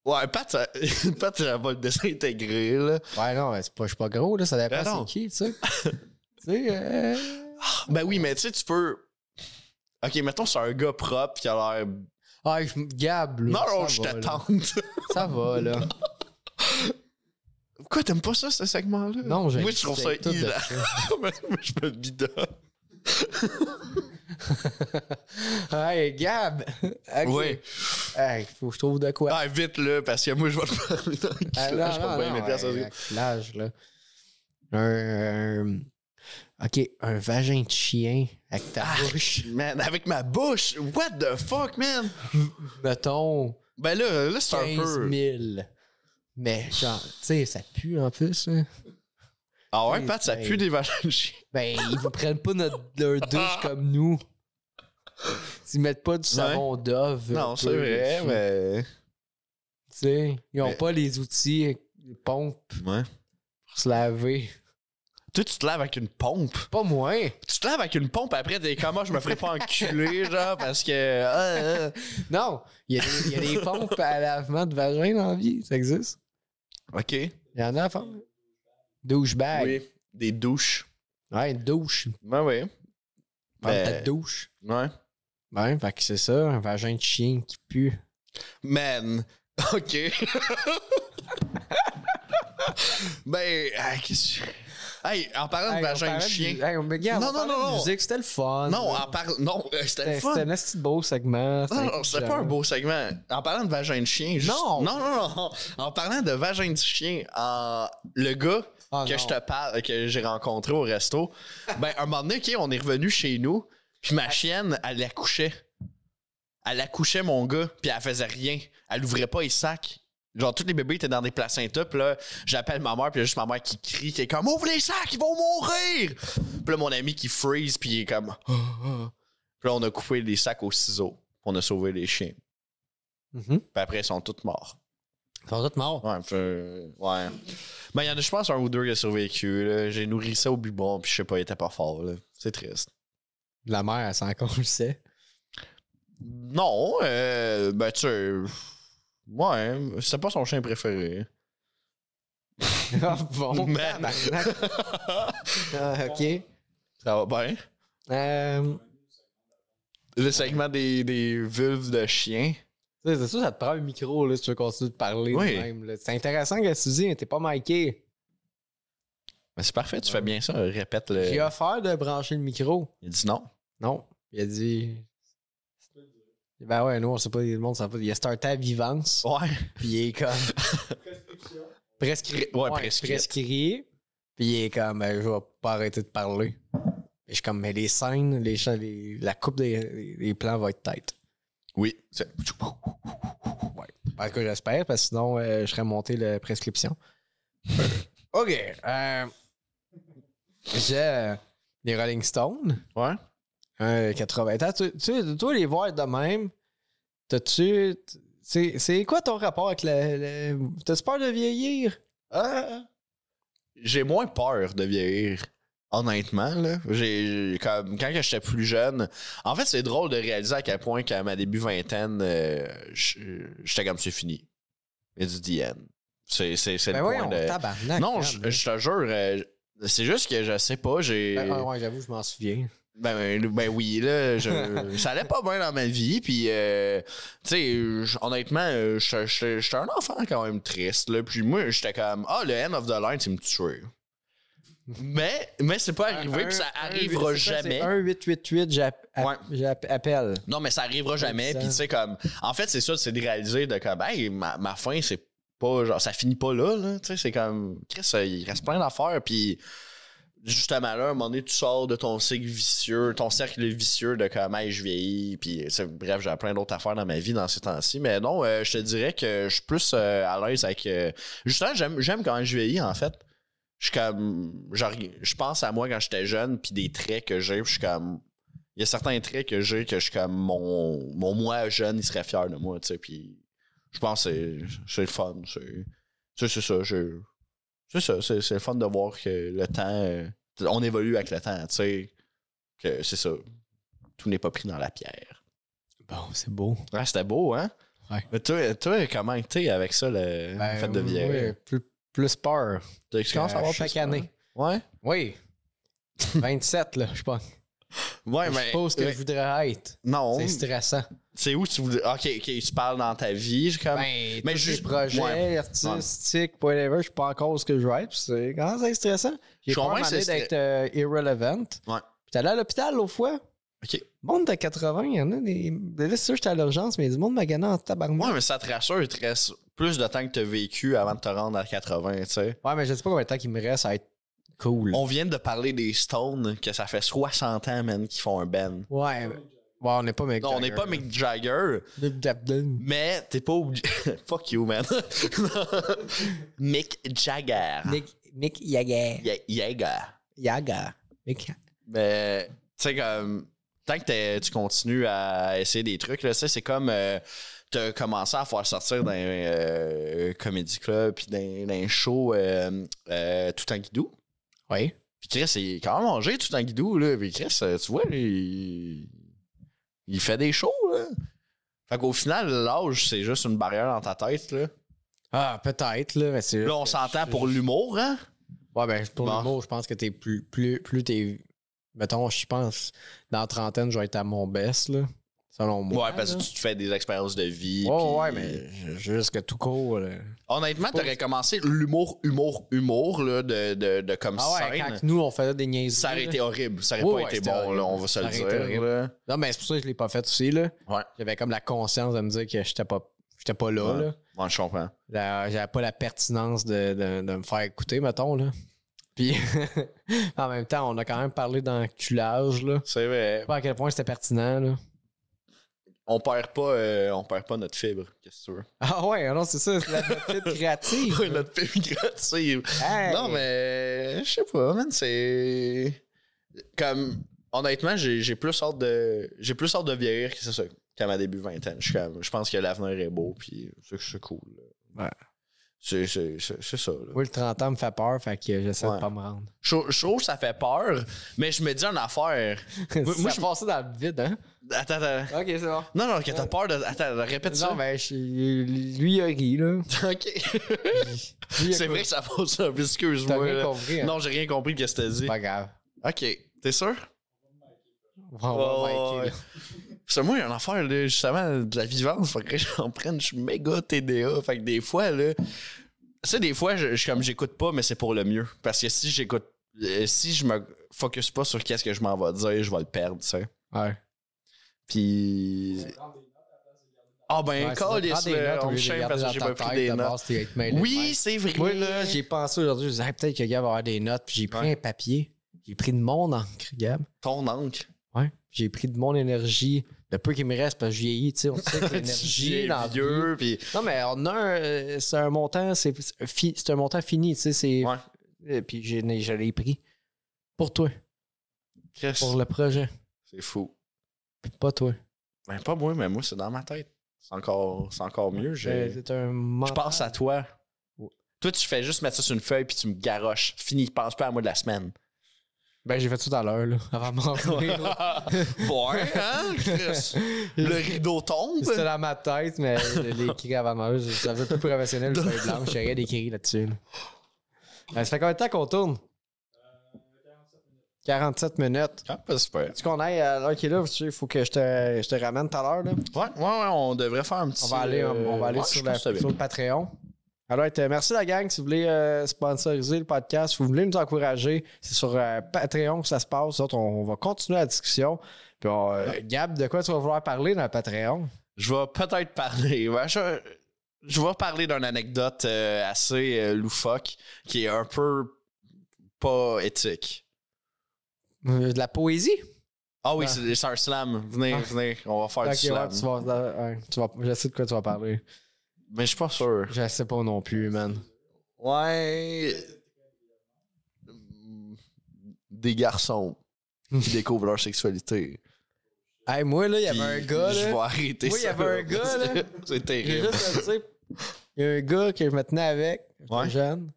[SPEAKER 2] Ouais, Pat, ça- Pat, ça va le désintégrer, là.
[SPEAKER 3] ouais, non, ben, c'est pas, je suis pas gros, là. Ça dépend
[SPEAKER 2] Ben non.
[SPEAKER 3] c'est qui, tu sais. tu sais, euh,
[SPEAKER 2] Ben oui, mais tu sais, tu peux. Ok, mettons, c'est un gars propre qui a l'air.
[SPEAKER 3] Ah, je Gab, là.
[SPEAKER 2] Non, non,
[SPEAKER 3] ça
[SPEAKER 2] je
[SPEAKER 3] va, là.
[SPEAKER 2] t'attends.
[SPEAKER 3] Ça va, là.
[SPEAKER 2] Quoi, t'aimes pas ça, ce segment-là?
[SPEAKER 3] Non, j'ai.
[SPEAKER 2] Moi, je trouve ça
[SPEAKER 3] j'ai tout de-
[SPEAKER 2] hilarant. Moi, je me bidonne.
[SPEAKER 3] Hey, Gab! Ok.
[SPEAKER 2] Ouais.
[SPEAKER 3] Hey, faut que je trouve de quoi.
[SPEAKER 2] Ah, vite, là, parce que moi, je vais te parler d'enculage.
[SPEAKER 3] Ah,
[SPEAKER 2] je vais pas bien
[SPEAKER 3] non,
[SPEAKER 2] mettre ça.
[SPEAKER 3] un acculage, là. Un, un- OK, un vagin de chien avec
[SPEAKER 2] Ah,
[SPEAKER 3] ta bouche.
[SPEAKER 2] Man, avec ma bouche, what the fuck, man?
[SPEAKER 3] Mettons
[SPEAKER 2] Ben là, là c'est un
[SPEAKER 3] 15
[SPEAKER 2] peu.
[SPEAKER 3] 000. Mais genre, tu sais, ça pue en plus. hein.
[SPEAKER 2] Ah ouais, Pat, ça
[SPEAKER 3] Hey.
[SPEAKER 2] pue des vagins de chien.
[SPEAKER 3] Ben, ils vous prennent pas notre, leur
[SPEAKER 2] Ah.
[SPEAKER 3] douche comme nous. Ils mettent pas du savon d'ove.
[SPEAKER 2] Non, c'est vrai, mais.
[SPEAKER 3] Tu sais, ils ont
[SPEAKER 2] Mais-
[SPEAKER 3] pas les outils, les pompes
[SPEAKER 2] Ouais.
[SPEAKER 3] pour se laver.
[SPEAKER 2] Toi, tu te laves avec une pompe.
[SPEAKER 3] Pas moins.
[SPEAKER 2] Tu te laves avec une pompe après, t'es comment je me ferais pas enculer, genre, parce que. ah, ah.
[SPEAKER 3] Non, il y, a des- il y a des pompes à lavement de vagin dans la vie. Ça existe.
[SPEAKER 2] Ok.
[SPEAKER 3] Il y en a à faire. Douchebag.
[SPEAKER 2] Oui. Des douches.
[SPEAKER 3] Ouais, une douche.
[SPEAKER 2] Ben oui.
[SPEAKER 3] Prendre
[SPEAKER 2] Ben-
[SPEAKER 3] ta douche.
[SPEAKER 2] Ouais.
[SPEAKER 3] Ouais, fait que c'est ça, un vagin de chien qui pue.
[SPEAKER 2] Man. Ok. ben, ah, qu'est-ce que. Hey, en parlant de
[SPEAKER 3] Hey, on
[SPEAKER 2] vagin de
[SPEAKER 3] parlait
[SPEAKER 2] chien.
[SPEAKER 3] Hey, on- regarde,
[SPEAKER 2] Non,
[SPEAKER 3] on
[SPEAKER 2] non,
[SPEAKER 3] parlait
[SPEAKER 2] non,
[SPEAKER 3] de
[SPEAKER 2] non.
[SPEAKER 3] musique, c'était le fun.
[SPEAKER 2] Non, en parlant. Non, euh, c'était le
[SPEAKER 3] C'était
[SPEAKER 2] fun.
[SPEAKER 3] c'était un petit beau segment.
[SPEAKER 2] Non, non, c'était pas un beau segment. En parlant de vagin de chien, juste-
[SPEAKER 3] Non.
[SPEAKER 2] non, non, non. En parlant de vagin de chien, euh, le gars
[SPEAKER 3] Ah,
[SPEAKER 2] que
[SPEAKER 3] non.
[SPEAKER 2] je te parle, que j'ai rencontré au resto, ben, un moment donné, OK, on est revenu chez nous, puis ma chienne, elle accouchait. Elle accouchait mon gars, puis elle faisait rien. Elle ouvrait pas les sacs. Genre, tous les bébés étaient dans des placentas, puis là, j'appelle ma mère, puis il y a juste ma mère qui crie, qui est comme, ouvre les sacs, ils vont mourir! Puis là, mon ami qui freeze, puis il est comme, Ah, ah. Puis là, on a coupé les sacs au ciseau. On a sauvé les chiens.
[SPEAKER 3] Mhm.
[SPEAKER 2] Puis après, ils sont tous morts.
[SPEAKER 3] Ils sont tous morts.
[SPEAKER 2] Ouais, puis, euh, ouais. Ben, il y en a, je pense, un ou deux qui a survécu. là. J'ai nourri ça au bubon, puis je sais pas, il était pas fort. là. C'est triste.
[SPEAKER 3] La mère, elle s'en sait.
[SPEAKER 2] Non, euh, ben, tu sais. Ouais, c'était pas son chien préféré.
[SPEAKER 3] ah bon.
[SPEAKER 2] Man.
[SPEAKER 3] tabarnak. Ah, ok.
[SPEAKER 2] Ça va bien.
[SPEAKER 3] Euh,
[SPEAKER 2] Le segment des, des vulves de chiens.
[SPEAKER 3] tu sais, c'est sûr, ça te prend un micro là, si tu veux continuer de parler. de
[SPEAKER 2] Oui.
[SPEAKER 3] même, là. c'est intéressant que Suzy, elle t'es pas Mikey.
[SPEAKER 2] Ben, c'est parfait, tu fais bien ça. Répète le.
[SPEAKER 3] J'ai offert de brancher le micro.
[SPEAKER 2] Il dit non.
[SPEAKER 3] Non. Il a dit. Ben ouais, nous, on sait pas, le monde sait pas. Il a starté à Vivance.
[SPEAKER 2] Ouais.
[SPEAKER 3] Puis il est comme. prescrit.
[SPEAKER 2] Pré- ouais, prescrite.
[SPEAKER 3] prescrit. Puis il est comme, ben, je vais pas arrêter de parler. Et je suis comme, mais les scènes, les, cha- les- la coupe des les plans va être tête.
[SPEAKER 2] Oui. c'est-
[SPEAKER 3] Ouais. Parce que j'espère, parce que sinon, euh, je serais monté la prescription. OK. euh, J'ai euh, les Rolling Stones.
[SPEAKER 2] Ouais.
[SPEAKER 3] Euh, 80. Attends, tu, tu, toi, les voir de même, t'as-tu. t- C'est c'est quoi ton rapport avec le. le- T'as-tu peur de vieillir?
[SPEAKER 2] Ah. j'ai moins peur de vieillir. Honnêtement, là, j'ai j'ai- comme quand que j'étais plus jeune, en fait, c'est drôle de réaliser à quel point qu'à ma début vingtaine, euh, j- j'étais comme c'est fini. Et du the end. C'est c'est- c'est
[SPEAKER 3] Ben
[SPEAKER 2] le
[SPEAKER 3] voyons,
[SPEAKER 2] point de-
[SPEAKER 3] tabarnak.
[SPEAKER 2] Non, je
[SPEAKER 3] calme.
[SPEAKER 2] je te jure, euh, c'est juste que je sais pas, j'ai
[SPEAKER 3] Ben, ah ouais, j'avoue, je m'en souviens.
[SPEAKER 2] ben, ben, ben oui, là, je, ça allait pas bien dans ma vie. Puis, euh, tu sais, j- honnêtement, euh, j'étais- j'étais j'étais un enfant quand même triste. Là, puis moi, j'étais comme, ah, le end of the line, c'est me tuer. Mais, mais c'est pas arrivé, puis ça arrivera jamais.
[SPEAKER 3] 1888,
[SPEAKER 2] Ouais.
[SPEAKER 3] j'appelle.
[SPEAKER 2] Non, mais ça arrivera jamais.
[SPEAKER 3] Exact.
[SPEAKER 2] Puis, tu sais, comme, en fait, c'est ça, c'est de réaliser de comme, hey, ma, ma fin, c'est pas, genre, ça finit pas là, là. Tu sais, c'est comme, Chris, euh, il reste plein d'affaires. Puis, justement, là, à un moment donné, tu sors de ton cycle vicieux, ton cercle vicieux de comme, hey, je vieillis. Puis, tu sais, bref, j'ai plein d'autres affaires dans ma vie dans ces temps-ci. Mais non, euh, je te dirais que je suis plus euh, à l'aise avec. euh, justement, j'aime, j'aime quand je vieillis, en fait. Je suis comme, genre, je pense à moi quand j'étais jeune, puis des traits que j'ai, puis je suis comme, il y a certains traits que j'ai que je suis comme mon, mon moi jeune, il serait fier de moi, tu sais. Puis je pense que c'est- c'est le fun. C'est tu sais, c'est ça. je- C'est ça. C'est c'est le fun de voir que le temps. euh, On évolue avec le temps, tu sais. Que c'est ça. Tout n'est pas pris dans la pierre.
[SPEAKER 3] Bon, c'est beau.
[SPEAKER 2] Ah, C'était beau, hein?
[SPEAKER 3] Ouais.
[SPEAKER 2] Mais toi, toi comment t'es avec ça, le
[SPEAKER 3] Ben,
[SPEAKER 2] fait de vieillir?
[SPEAKER 3] oui, plus, plus peur.
[SPEAKER 2] Tu commences à avoir
[SPEAKER 3] chaque
[SPEAKER 2] plus peur.
[SPEAKER 3] année.
[SPEAKER 2] Ouais.
[SPEAKER 3] Oui. 27, là, je pense.
[SPEAKER 2] Ouais,
[SPEAKER 3] je
[SPEAKER 2] mais.
[SPEAKER 3] suppose que
[SPEAKER 2] ouais,
[SPEAKER 3] je voudrais être.
[SPEAKER 2] Non.
[SPEAKER 3] C'est stressant.
[SPEAKER 2] C'est où tu voulais. Ok, ok, tu parles dans ta vie. je suis Comme...
[SPEAKER 3] Ben,
[SPEAKER 2] mais
[SPEAKER 3] mais
[SPEAKER 2] juste-
[SPEAKER 3] juste projet
[SPEAKER 2] ouais.
[SPEAKER 3] artistique, whatever, je suis pas encore ce que je veux être. puis C'est quand même stressant. J'ai
[SPEAKER 2] Je
[SPEAKER 3] peur
[SPEAKER 2] comprends que
[SPEAKER 3] à un moment donné
[SPEAKER 2] c'est
[SPEAKER 3] d'être euh, irrelevant.
[SPEAKER 2] Ouais.
[SPEAKER 3] Puis t'allais à l'hôpital l'autre fois.
[SPEAKER 2] Ok.
[SPEAKER 3] Monde de 80, il y en a des. Là, c'est sûr, j'étais à l'urgence, mais du monde m'a gagné en tabarnak.
[SPEAKER 2] Ouais, mais ça te rassure, il te reste plus de temps que t'as vécu avant de te rendre à 80, tu sais.
[SPEAKER 3] Ouais, mais je sais pas combien de temps qu'il me reste à être cool.
[SPEAKER 2] On vient de parler des Stones, que ça fait 60 ans, man, qu'ils font un band.
[SPEAKER 3] Ouais. mais- Ouais, on n'est pas Mick
[SPEAKER 2] Non, on n'est pas Mick Jagger,
[SPEAKER 3] McDonald's.
[SPEAKER 2] mais t'es pas obligé. Fuck you, man. Mick Jagger.
[SPEAKER 3] Mick, Mick Jagger.
[SPEAKER 2] Ya- Jagger.
[SPEAKER 3] Ah. Jagger. Mick.
[SPEAKER 2] Mais, tu sais, comme. tant que t'es- tu continues à essayer des trucs, là, tu sais, c'est comme euh, t'as commencé à faire sortir d'un euh, comedy club puis d'un d'un show euh, euh, tout en guidou.
[SPEAKER 3] Oui.
[SPEAKER 2] Puis Chris, il est quand même mangé tout en guidou, là. Puis Chris, euh, tu vois, il, il fait des shows, là. Fait qu'au final, l'âge, c'est juste une barrière dans ta tête, là.
[SPEAKER 3] Ah, peut-être, là, mais c'est.
[SPEAKER 2] Là, on s'entend pour l'humour, hein?
[SPEAKER 3] Ouais, ben, pour
[SPEAKER 2] Bon.
[SPEAKER 3] l'humour, je pense que t'es plus. Plus, plus t'es. Mettons, je pense, dans la trentaine, je vais être à mon best, là. Selon moi.
[SPEAKER 2] Ouais, parce
[SPEAKER 3] là.
[SPEAKER 2] que tu te fais des expériences de vie.
[SPEAKER 3] Ouais,
[SPEAKER 2] puis-
[SPEAKER 3] ouais, mais ju- jusque tout court, là.
[SPEAKER 2] Honnêtement, t'aurais commencé l'humour, humour, humour, là, de, de, de comme
[SPEAKER 3] Ah ouais,
[SPEAKER 2] scène.
[SPEAKER 3] quand nous, on faisait des niaiseries.
[SPEAKER 2] Ça aurait été
[SPEAKER 3] là.
[SPEAKER 2] horrible. Ça aurait
[SPEAKER 3] Ouais,
[SPEAKER 2] pas
[SPEAKER 3] ouais,
[SPEAKER 2] été
[SPEAKER 3] c'était
[SPEAKER 2] bon,
[SPEAKER 3] horrible.
[SPEAKER 2] là, on va se
[SPEAKER 3] Ça
[SPEAKER 2] le
[SPEAKER 3] aurait été
[SPEAKER 2] dire.
[SPEAKER 3] horrible.
[SPEAKER 2] là.
[SPEAKER 3] Non, mais c'est pour ça que je l'ai pas fait aussi, là.
[SPEAKER 2] Ouais.
[SPEAKER 3] J'avais comme la conscience de me dire que j'étais pas, j'étais pas là,
[SPEAKER 2] Ouais.
[SPEAKER 3] là.
[SPEAKER 2] Ouais, je comprends.
[SPEAKER 3] La- J'avais pas la pertinence de, de- de me faire écouter, mettons, là. Puis, en même temps, on a quand même parlé d'enculage, là.
[SPEAKER 2] C'est vrai.
[SPEAKER 3] Je sais pas à quel point c'était pertinent, là.
[SPEAKER 2] On perd pas, euh, on perd pas notre fibre. Qu'est-ce que tu veux?
[SPEAKER 3] Ah ouais, non, c'est ça, c'est la petite créative.
[SPEAKER 2] Ouais, notre fibre créative.
[SPEAKER 3] Hey!
[SPEAKER 2] Non, mais je sais pas, man. C'est. Comme. Honnêtement, j'ai j'ai plus hâte de. J'ai plus hâte de vieillir que c'est ça. Comme à début vingtaine. Je suis comme- je pense que l'avenir est beau, puis c'est c'est cool. là.
[SPEAKER 3] Ouais.
[SPEAKER 2] C'est c'est- c'est- c'est ça. là.
[SPEAKER 3] Oui, le 30 ans me fait peur, fait que j'essaie
[SPEAKER 2] Ouais.
[SPEAKER 3] de pas me rendre.
[SPEAKER 2] Je je trouve que ça fait peur, mais je me dis une affaire.
[SPEAKER 3] Moi,
[SPEAKER 2] moi, je-
[SPEAKER 3] je passais dans le vide, hein?
[SPEAKER 2] Attends, attends.
[SPEAKER 3] Ok, c'est bon.
[SPEAKER 2] Non, non, que t'as peur de. Attends, répète ça.
[SPEAKER 3] Non, mais je- lui, il a ri, là.
[SPEAKER 2] Ok.
[SPEAKER 3] Lui, il a
[SPEAKER 2] c'est vrai que ça pose ça.
[SPEAKER 3] T'as
[SPEAKER 2] Excuse-moi.
[SPEAKER 3] rien
[SPEAKER 2] là.
[SPEAKER 3] compris, hein?
[SPEAKER 2] Non, j'ai rien compris de ce que t'as dit.
[SPEAKER 3] C'est pas grave.
[SPEAKER 2] Ok. T'es sûr?
[SPEAKER 3] On va biker, là.
[SPEAKER 2] C'est moi, il y a une affaire, là, justement, de la vivance. Faut que j'en prenne. Je suis méga TDA. Fait que des fois, là. Tu sais, des fois, je, je- comme j'écoute pas, mais c'est pour le mieux. Parce que si j'écoute. euh, si je me focus pas sur qu'est-ce que je m'en vais dire, je vais le perdre, tu sais.
[SPEAKER 3] Ouais.
[SPEAKER 2] Puis. Ah, ben,
[SPEAKER 3] Ouais, c'est ça,
[SPEAKER 2] call
[SPEAKER 3] prends des notes
[SPEAKER 2] on
[SPEAKER 3] au
[SPEAKER 2] me
[SPEAKER 3] lieu de
[SPEAKER 2] shame
[SPEAKER 3] garder
[SPEAKER 2] parce que
[SPEAKER 3] dans
[SPEAKER 2] j'ai
[SPEAKER 3] ta
[SPEAKER 2] pas pris
[SPEAKER 3] tête,
[SPEAKER 2] des
[SPEAKER 3] de
[SPEAKER 2] notes.
[SPEAKER 3] base, t'es avec mail de
[SPEAKER 2] Oui,
[SPEAKER 3] même.
[SPEAKER 2] c'est vrai.
[SPEAKER 3] Moi, là, j'ai pensé aujourd'hui, je disais, Ah, peut-être que Gab va avoir des notes, puis j'ai pris
[SPEAKER 2] Ouais.
[SPEAKER 3] un papier, j'ai pris de mon encre, Gab.
[SPEAKER 2] Ton oncle.
[SPEAKER 3] Ouais. J'ai pris de mon énergie, le peu qui me reste, parce que je vieillis, tu sais, on sait que l'énergie, dans la vie-
[SPEAKER 2] vieux, puis.
[SPEAKER 3] Non, mais on a un, euh, c'est un montant, c'est c'est fi- c'est un montant fini, tu sais, c'est.
[SPEAKER 2] Ouais.
[SPEAKER 3] Euh, Puis j'ai- je l'ai pris pour toi,
[SPEAKER 2] Chris,
[SPEAKER 3] pour le projet,
[SPEAKER 2] C'est fou.
[SPEAKER 3] puis pas toi.
[SPEAKER 2] Ben, pas moi, mais moi, c'est dans ma tête. C'est encore, c'est encore mieux.
[SPEAKER 3] Euh,
[SPEAKER 2] Je,
[SPEAKER 3] C'est un
[SPEAKER 2] je
[SPEAKER 3] mental.
[SPEAKER 2] pense à toi.
[SPEAKER 3] Ouais.
[SPEAKER 2] Toi, tu fais juste mettre ça sur une feuille, puis tu me garoches. Fini, pense pas à moi de la semaine.
[SPEAKER 3] Ben, j'ai fait tout à l'heure, là, avant de m'en venir, là.
[SPEAKER 2] bon, hein, Chris? Le rideau
[SPEAKER 3] C'était
[SPEAKER 2] tombe.
[SPEAKER 3] dans ma tête, mais l'écrit avant de manger, je- ça veut plus professionnel, je suis blanc, j'ai rien d'écrit là-dessus. là. Euh, ça fait combien de temps qu'on tourne? Euh, 47 minutes.
[SPEAKER 2] Ah, pas super.
[SPEAKER 3] Est-ce qu'on aille à l'heure qui est là? Il faut que je te, je te ramène tout à l'heure. là.
[SPEAKER 2] Ouais, ouais, ouais, on devrait faire un petit. euh,
[SPEAKER 3] On va aller, on, on va aller
[SPEAKER 2] ouais, je
[SPEAKER 3] sur,
[SPEAKER 2] pense
[SPEAKER 3] la-
[SPEAKER 2] que ça va
[SPEAKER 3] sur
[SPEAKER 2] bien.
[SPEAKER 3] le Patreon. Alors, euh, merci la gang. Si vous voulez euh, sponsoriser le podcast, si vous voulez nous encourager, c'est sur euh, Patreon que ça se passe. Nous autres, on, on va continuer la discussion. Puis, on, euh, Gab, de quoi tu vas vouloir parler dans le Patreon?
[SPEAKER 2] Je vais peut-être parler. ouais, je, je vais parler d'une anecdote euh, assez euh, loufoque qui est un peu pas éthique.
[SPEAKER 3] Euh, De la poésie?
[SPEAKER 2] Ah oui,
[SPEAKER 3] Ah.
[SPEAKER 2] c'est c'est un slam. Venez,
[SPEAKER 3] Ah.
[SPEAKER 2] venez, on va faire
[SPEAKER 3] Ok,
[SPEAKER 2] du slam.
[SPEAKER 3] ouais, tu vas, euh, ouais, tu vas- je sais de quoi tu vas parler.
[SPEAKER 2] Mais je suis pas sûr.
[SPEAKER 3] Je sais pas non plus, man.
[SPEAKER 2] Ouais. Hmm. Des garçons qui découvrent leur sexualité.
[SPEAKER 3] Hey, moi, là, il y avait un
[SPEAKER 2] Puis
[SPEAKER 3] gars,
[SPEAKER 2] Je vais
[SPEAKER 3] là.
[SPEAKER 2] arrêter
[SPEAKER 3] Oui, il y
[SPEAKER 2] ça,
[SPEAKER 3] avait un gars, là.
[SPEAKER 2] C'est
[SPEAKER 3] j'ai
[SPEAKER 2] terrible.
[SPEAKER 3] juste à te dire, Il y a un gars que je me tenais avec, j'étais
[SPEAKER 2] Ouais.
[SPEAKER 3] jeune.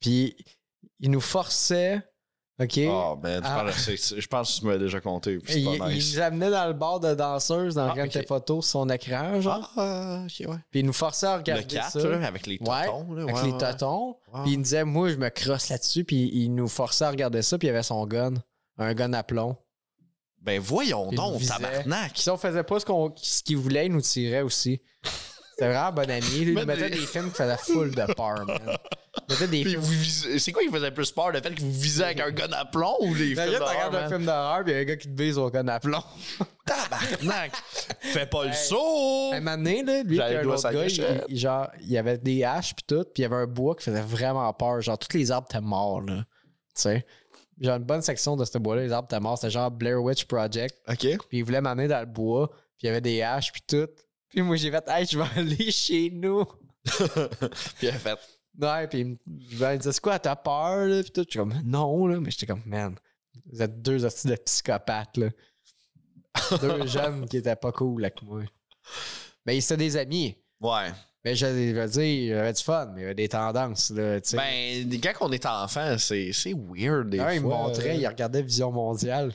[SPEAKER 3] Puis, il nous forçait, OK?
[SPEAKER 2] Oh, man, tu
[SPEAKER 3] Ah.
[SPEAKER 2] parles de sexe- je pense que tu m'as déjà compté. puis
[SPEAKER 3] il,
[SPEAKER 2] C'est pas
[SPEAKER 3] il
[SPEAKER 2] nice.
[SPEAKER 3] nous amenait dans le bar de danseuse, dans
[SPEAKER 2] Ah,
[SPEAKER 3] regarde
[SPEAKER 2] ok.
[SPEAKER 3] tes photos sur son écran, genre.
[SPEAKER 2] Ah, ok, ouais.
[SPEAKER 3] Puis, il nous forçait à
[SPEAKER 2] Le
[SPEAKER 3] regarder
[SPEAKER 2] 4,
[SPEAKER 3] ça.
[SPEAKER 2] là, avec les
[SPEAKER 3] Ouais,
[SPEAKER 2] tontons. là,
[SPEAKER 3] avec
[SPEAKER 2] ouais,
[SPEAKER 3] les
[SPEAKER 2] ouais.
[SPEAKER 3] totons.
[SPEAKER 2] Ouais. Ah.
[SPEAKER 3] Puis il nous disait, moi, je me crosse là-dessus. Puis il nous forçait à regarder ça. Puis il avait son gun. Un gun à plomb.
[SPEAKER 2] Ben voyons
[SPEAKER 3] Il nous
[SPEAKER 2] donc,
[SPEAKER 3] visait.
[SPEAKER 2] tabarnak.
[SPEAKER 3] Si on faisait pas ce qu'on- ce qu'il voulait, il nous tirait aussi. C'était vraiment un bon ami. Il nous
[SPEAKER 2] Mais
[SPEAKER 3] mettait
[SPEAKER 2] des-
[SPEAKER 3] des films qui faisaient full de peur, man. Il Ben, mettait des
[SPEAKER 2] Puis
[SPEAKER 3] films.
[SPEAKER 2] vous visez- C'est quoi qui faisait plus peur, le fait que vous visez avec un gun à plomb ou les films
[SPEAKER 3] Imagine, t'en
[SPEAKER 2] d'horreur,
[SPEAKER 3] regardes un
[SPEAKER 2] man?
[SPEAKER 3] film d'horreur, puis il y a un gars qui te bise au gun à plomb.
[SPEAKER 2] Tabarnak! Fais pas le
[SPEAKER 3] Hey.
[SPEAKER 2] saut!
[SPEAKER 3] À un moment donné, là, lui, puis
[SPEAKER 2] J'avais le
[SPEAKER 3] un
[SPEAKER 2] doigt
[SPEAKER 3] autre
[SPEAKER 2] sur la
[SPEAKER 3] gars, il,
[SPEAKER 2] gâchette.
[SPEAKER 3] il- genre, il y avait des haches, puis tout, puis il y avait un bois qui faisait vraiment peur. Genre, tous les arbres étaient morts, là. Tu sais. Genre, une bonne section de ce bois-là, les arbres étaient morts. C'était genre Blair Witch Project.
[SPEAKER 2] Ok.
[SPEAKER 3] Puis il voulait m'amener dans le bois, puis il y avait des haches, puis tout. Puis moi, j'ai fait, hey, je vais aller chez nous.
[SPEAKER 2] Puis elle a fait.
[SPEAKER 3] Ouais, puis il me- je me disais, c'est quoi, t'as peur, là? Puis tout. Je suis comme, non, là. Mais j'étais comme, man, vous êtes deux hosties de psychopathes, là. Deux jeunes qui étaient pas cool avec moi. Mais c'était des amis.
[SPEAKER 2] Ouais.
[SPEAKER 3] Mais je veux dire, j'avais du fun, mais il y avait des tendances. Là, tu sais.
[SPEAKER 2] Ben, des- quand on est enfant, c'est c'est weird des
[SPEAKER 3] Un,
[SPEAKER 2] fois.
[SPEAKER 3] Ah, il me montrait, il regardait Vision Mondiale.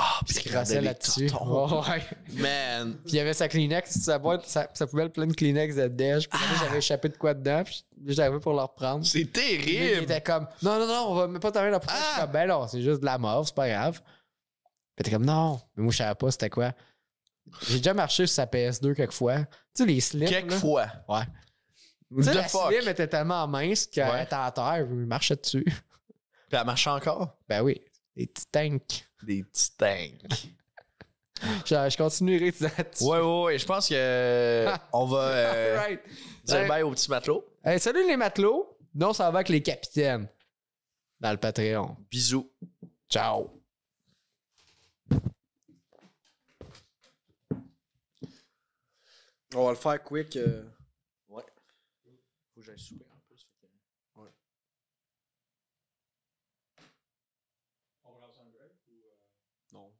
[SPEAKER 2] Ah,
[SPEAKER 3] Puis il se
[SPEAKER 2] puis
[SPEAKER 3] crassait là-dessus.
[SPEAKER 2] là-dessus.
[SPEAKER 3] Ouais.
[SPEAKER 2] Man,
[SPEAKER 3] Puis il y avait sa Kleenex, sa boîte, sa, sa poubelle pleine de Kleenex de déj. Puis
[SPEAKER 2] Ah!
[SPEAKER 3] j'avais échappé de quoi dedans. Puis j'arrivais pour le reprendre.
[SPEAKER 2] c'est
[SPEAKER 3] Puis lui, Il
[SPEAKER 2] terrible.
[SPEAKER 3] était comme, non, non, non, on va même pas t'enlever la poubelle.
[SPEAKER 2] Ah!
[SPEAKER 3] Je suis comme, ben non, c'est juste de la mort, c'est pas grave. Puis t'es comme, non. Mais moi, je savais pas c'était quoi. J'ai déjà marché sur sa PS2 quelquefois. Tu sais, les slips. là.
[SPEAKER 2] Quelquefois.
[SPEAKER 3] Ouais. Tu sais,
[SPEAKER 2] The
[SPEAKER 3] la
[SPEAKER 2] fuck.
[SPEAKER 3] slim était tellement mince qu'elle
[SPEAKER 2] Ouais.
[SPEAKER 3] était à terre. puis Il marchait dessus.
[SPEAKER 2] Puis elle marche encore.
[SPEAKER 3] Ben oui, des petits tanks.
[SPEAKER 2] Des petits tanks.
[SPEAKER 3] Je, je continuerai là-dessus.
[SPEAKER 2] Ouais, ouais, ouais. Je pense que euh, on va euh,
[SPEAKER 3] Alright.
[SPEAKER 2] dire
[SPEAKER 3] Ouais.
[SPEAKER 2] bye aux petits matelots.
[SPEAKER 3] Hey, salut les matelots. Non, ça va avec les capitaines. Dans le Patreon.
[SPEAKER 2] Bisous.
[SPEAKER 3] Ciao.
[SPEAKER 4] On va le faire quick. euh.
[SPEAKER 2] Ouais. Faut que j'aille souper en plus.
[SPEAKER 4] Non.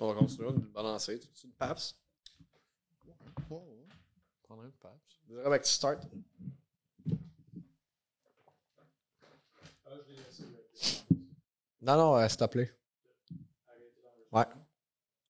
[SPEAKER 4] On va continuer, on va le balancer. Tu veux une paps?
[SPEAKER 2] Prendre une pape.
[SPEAKER 4] Je dirais avec tu start.
[SPEAKER 3] Non, non, euh, s'il te plaît. Ouais.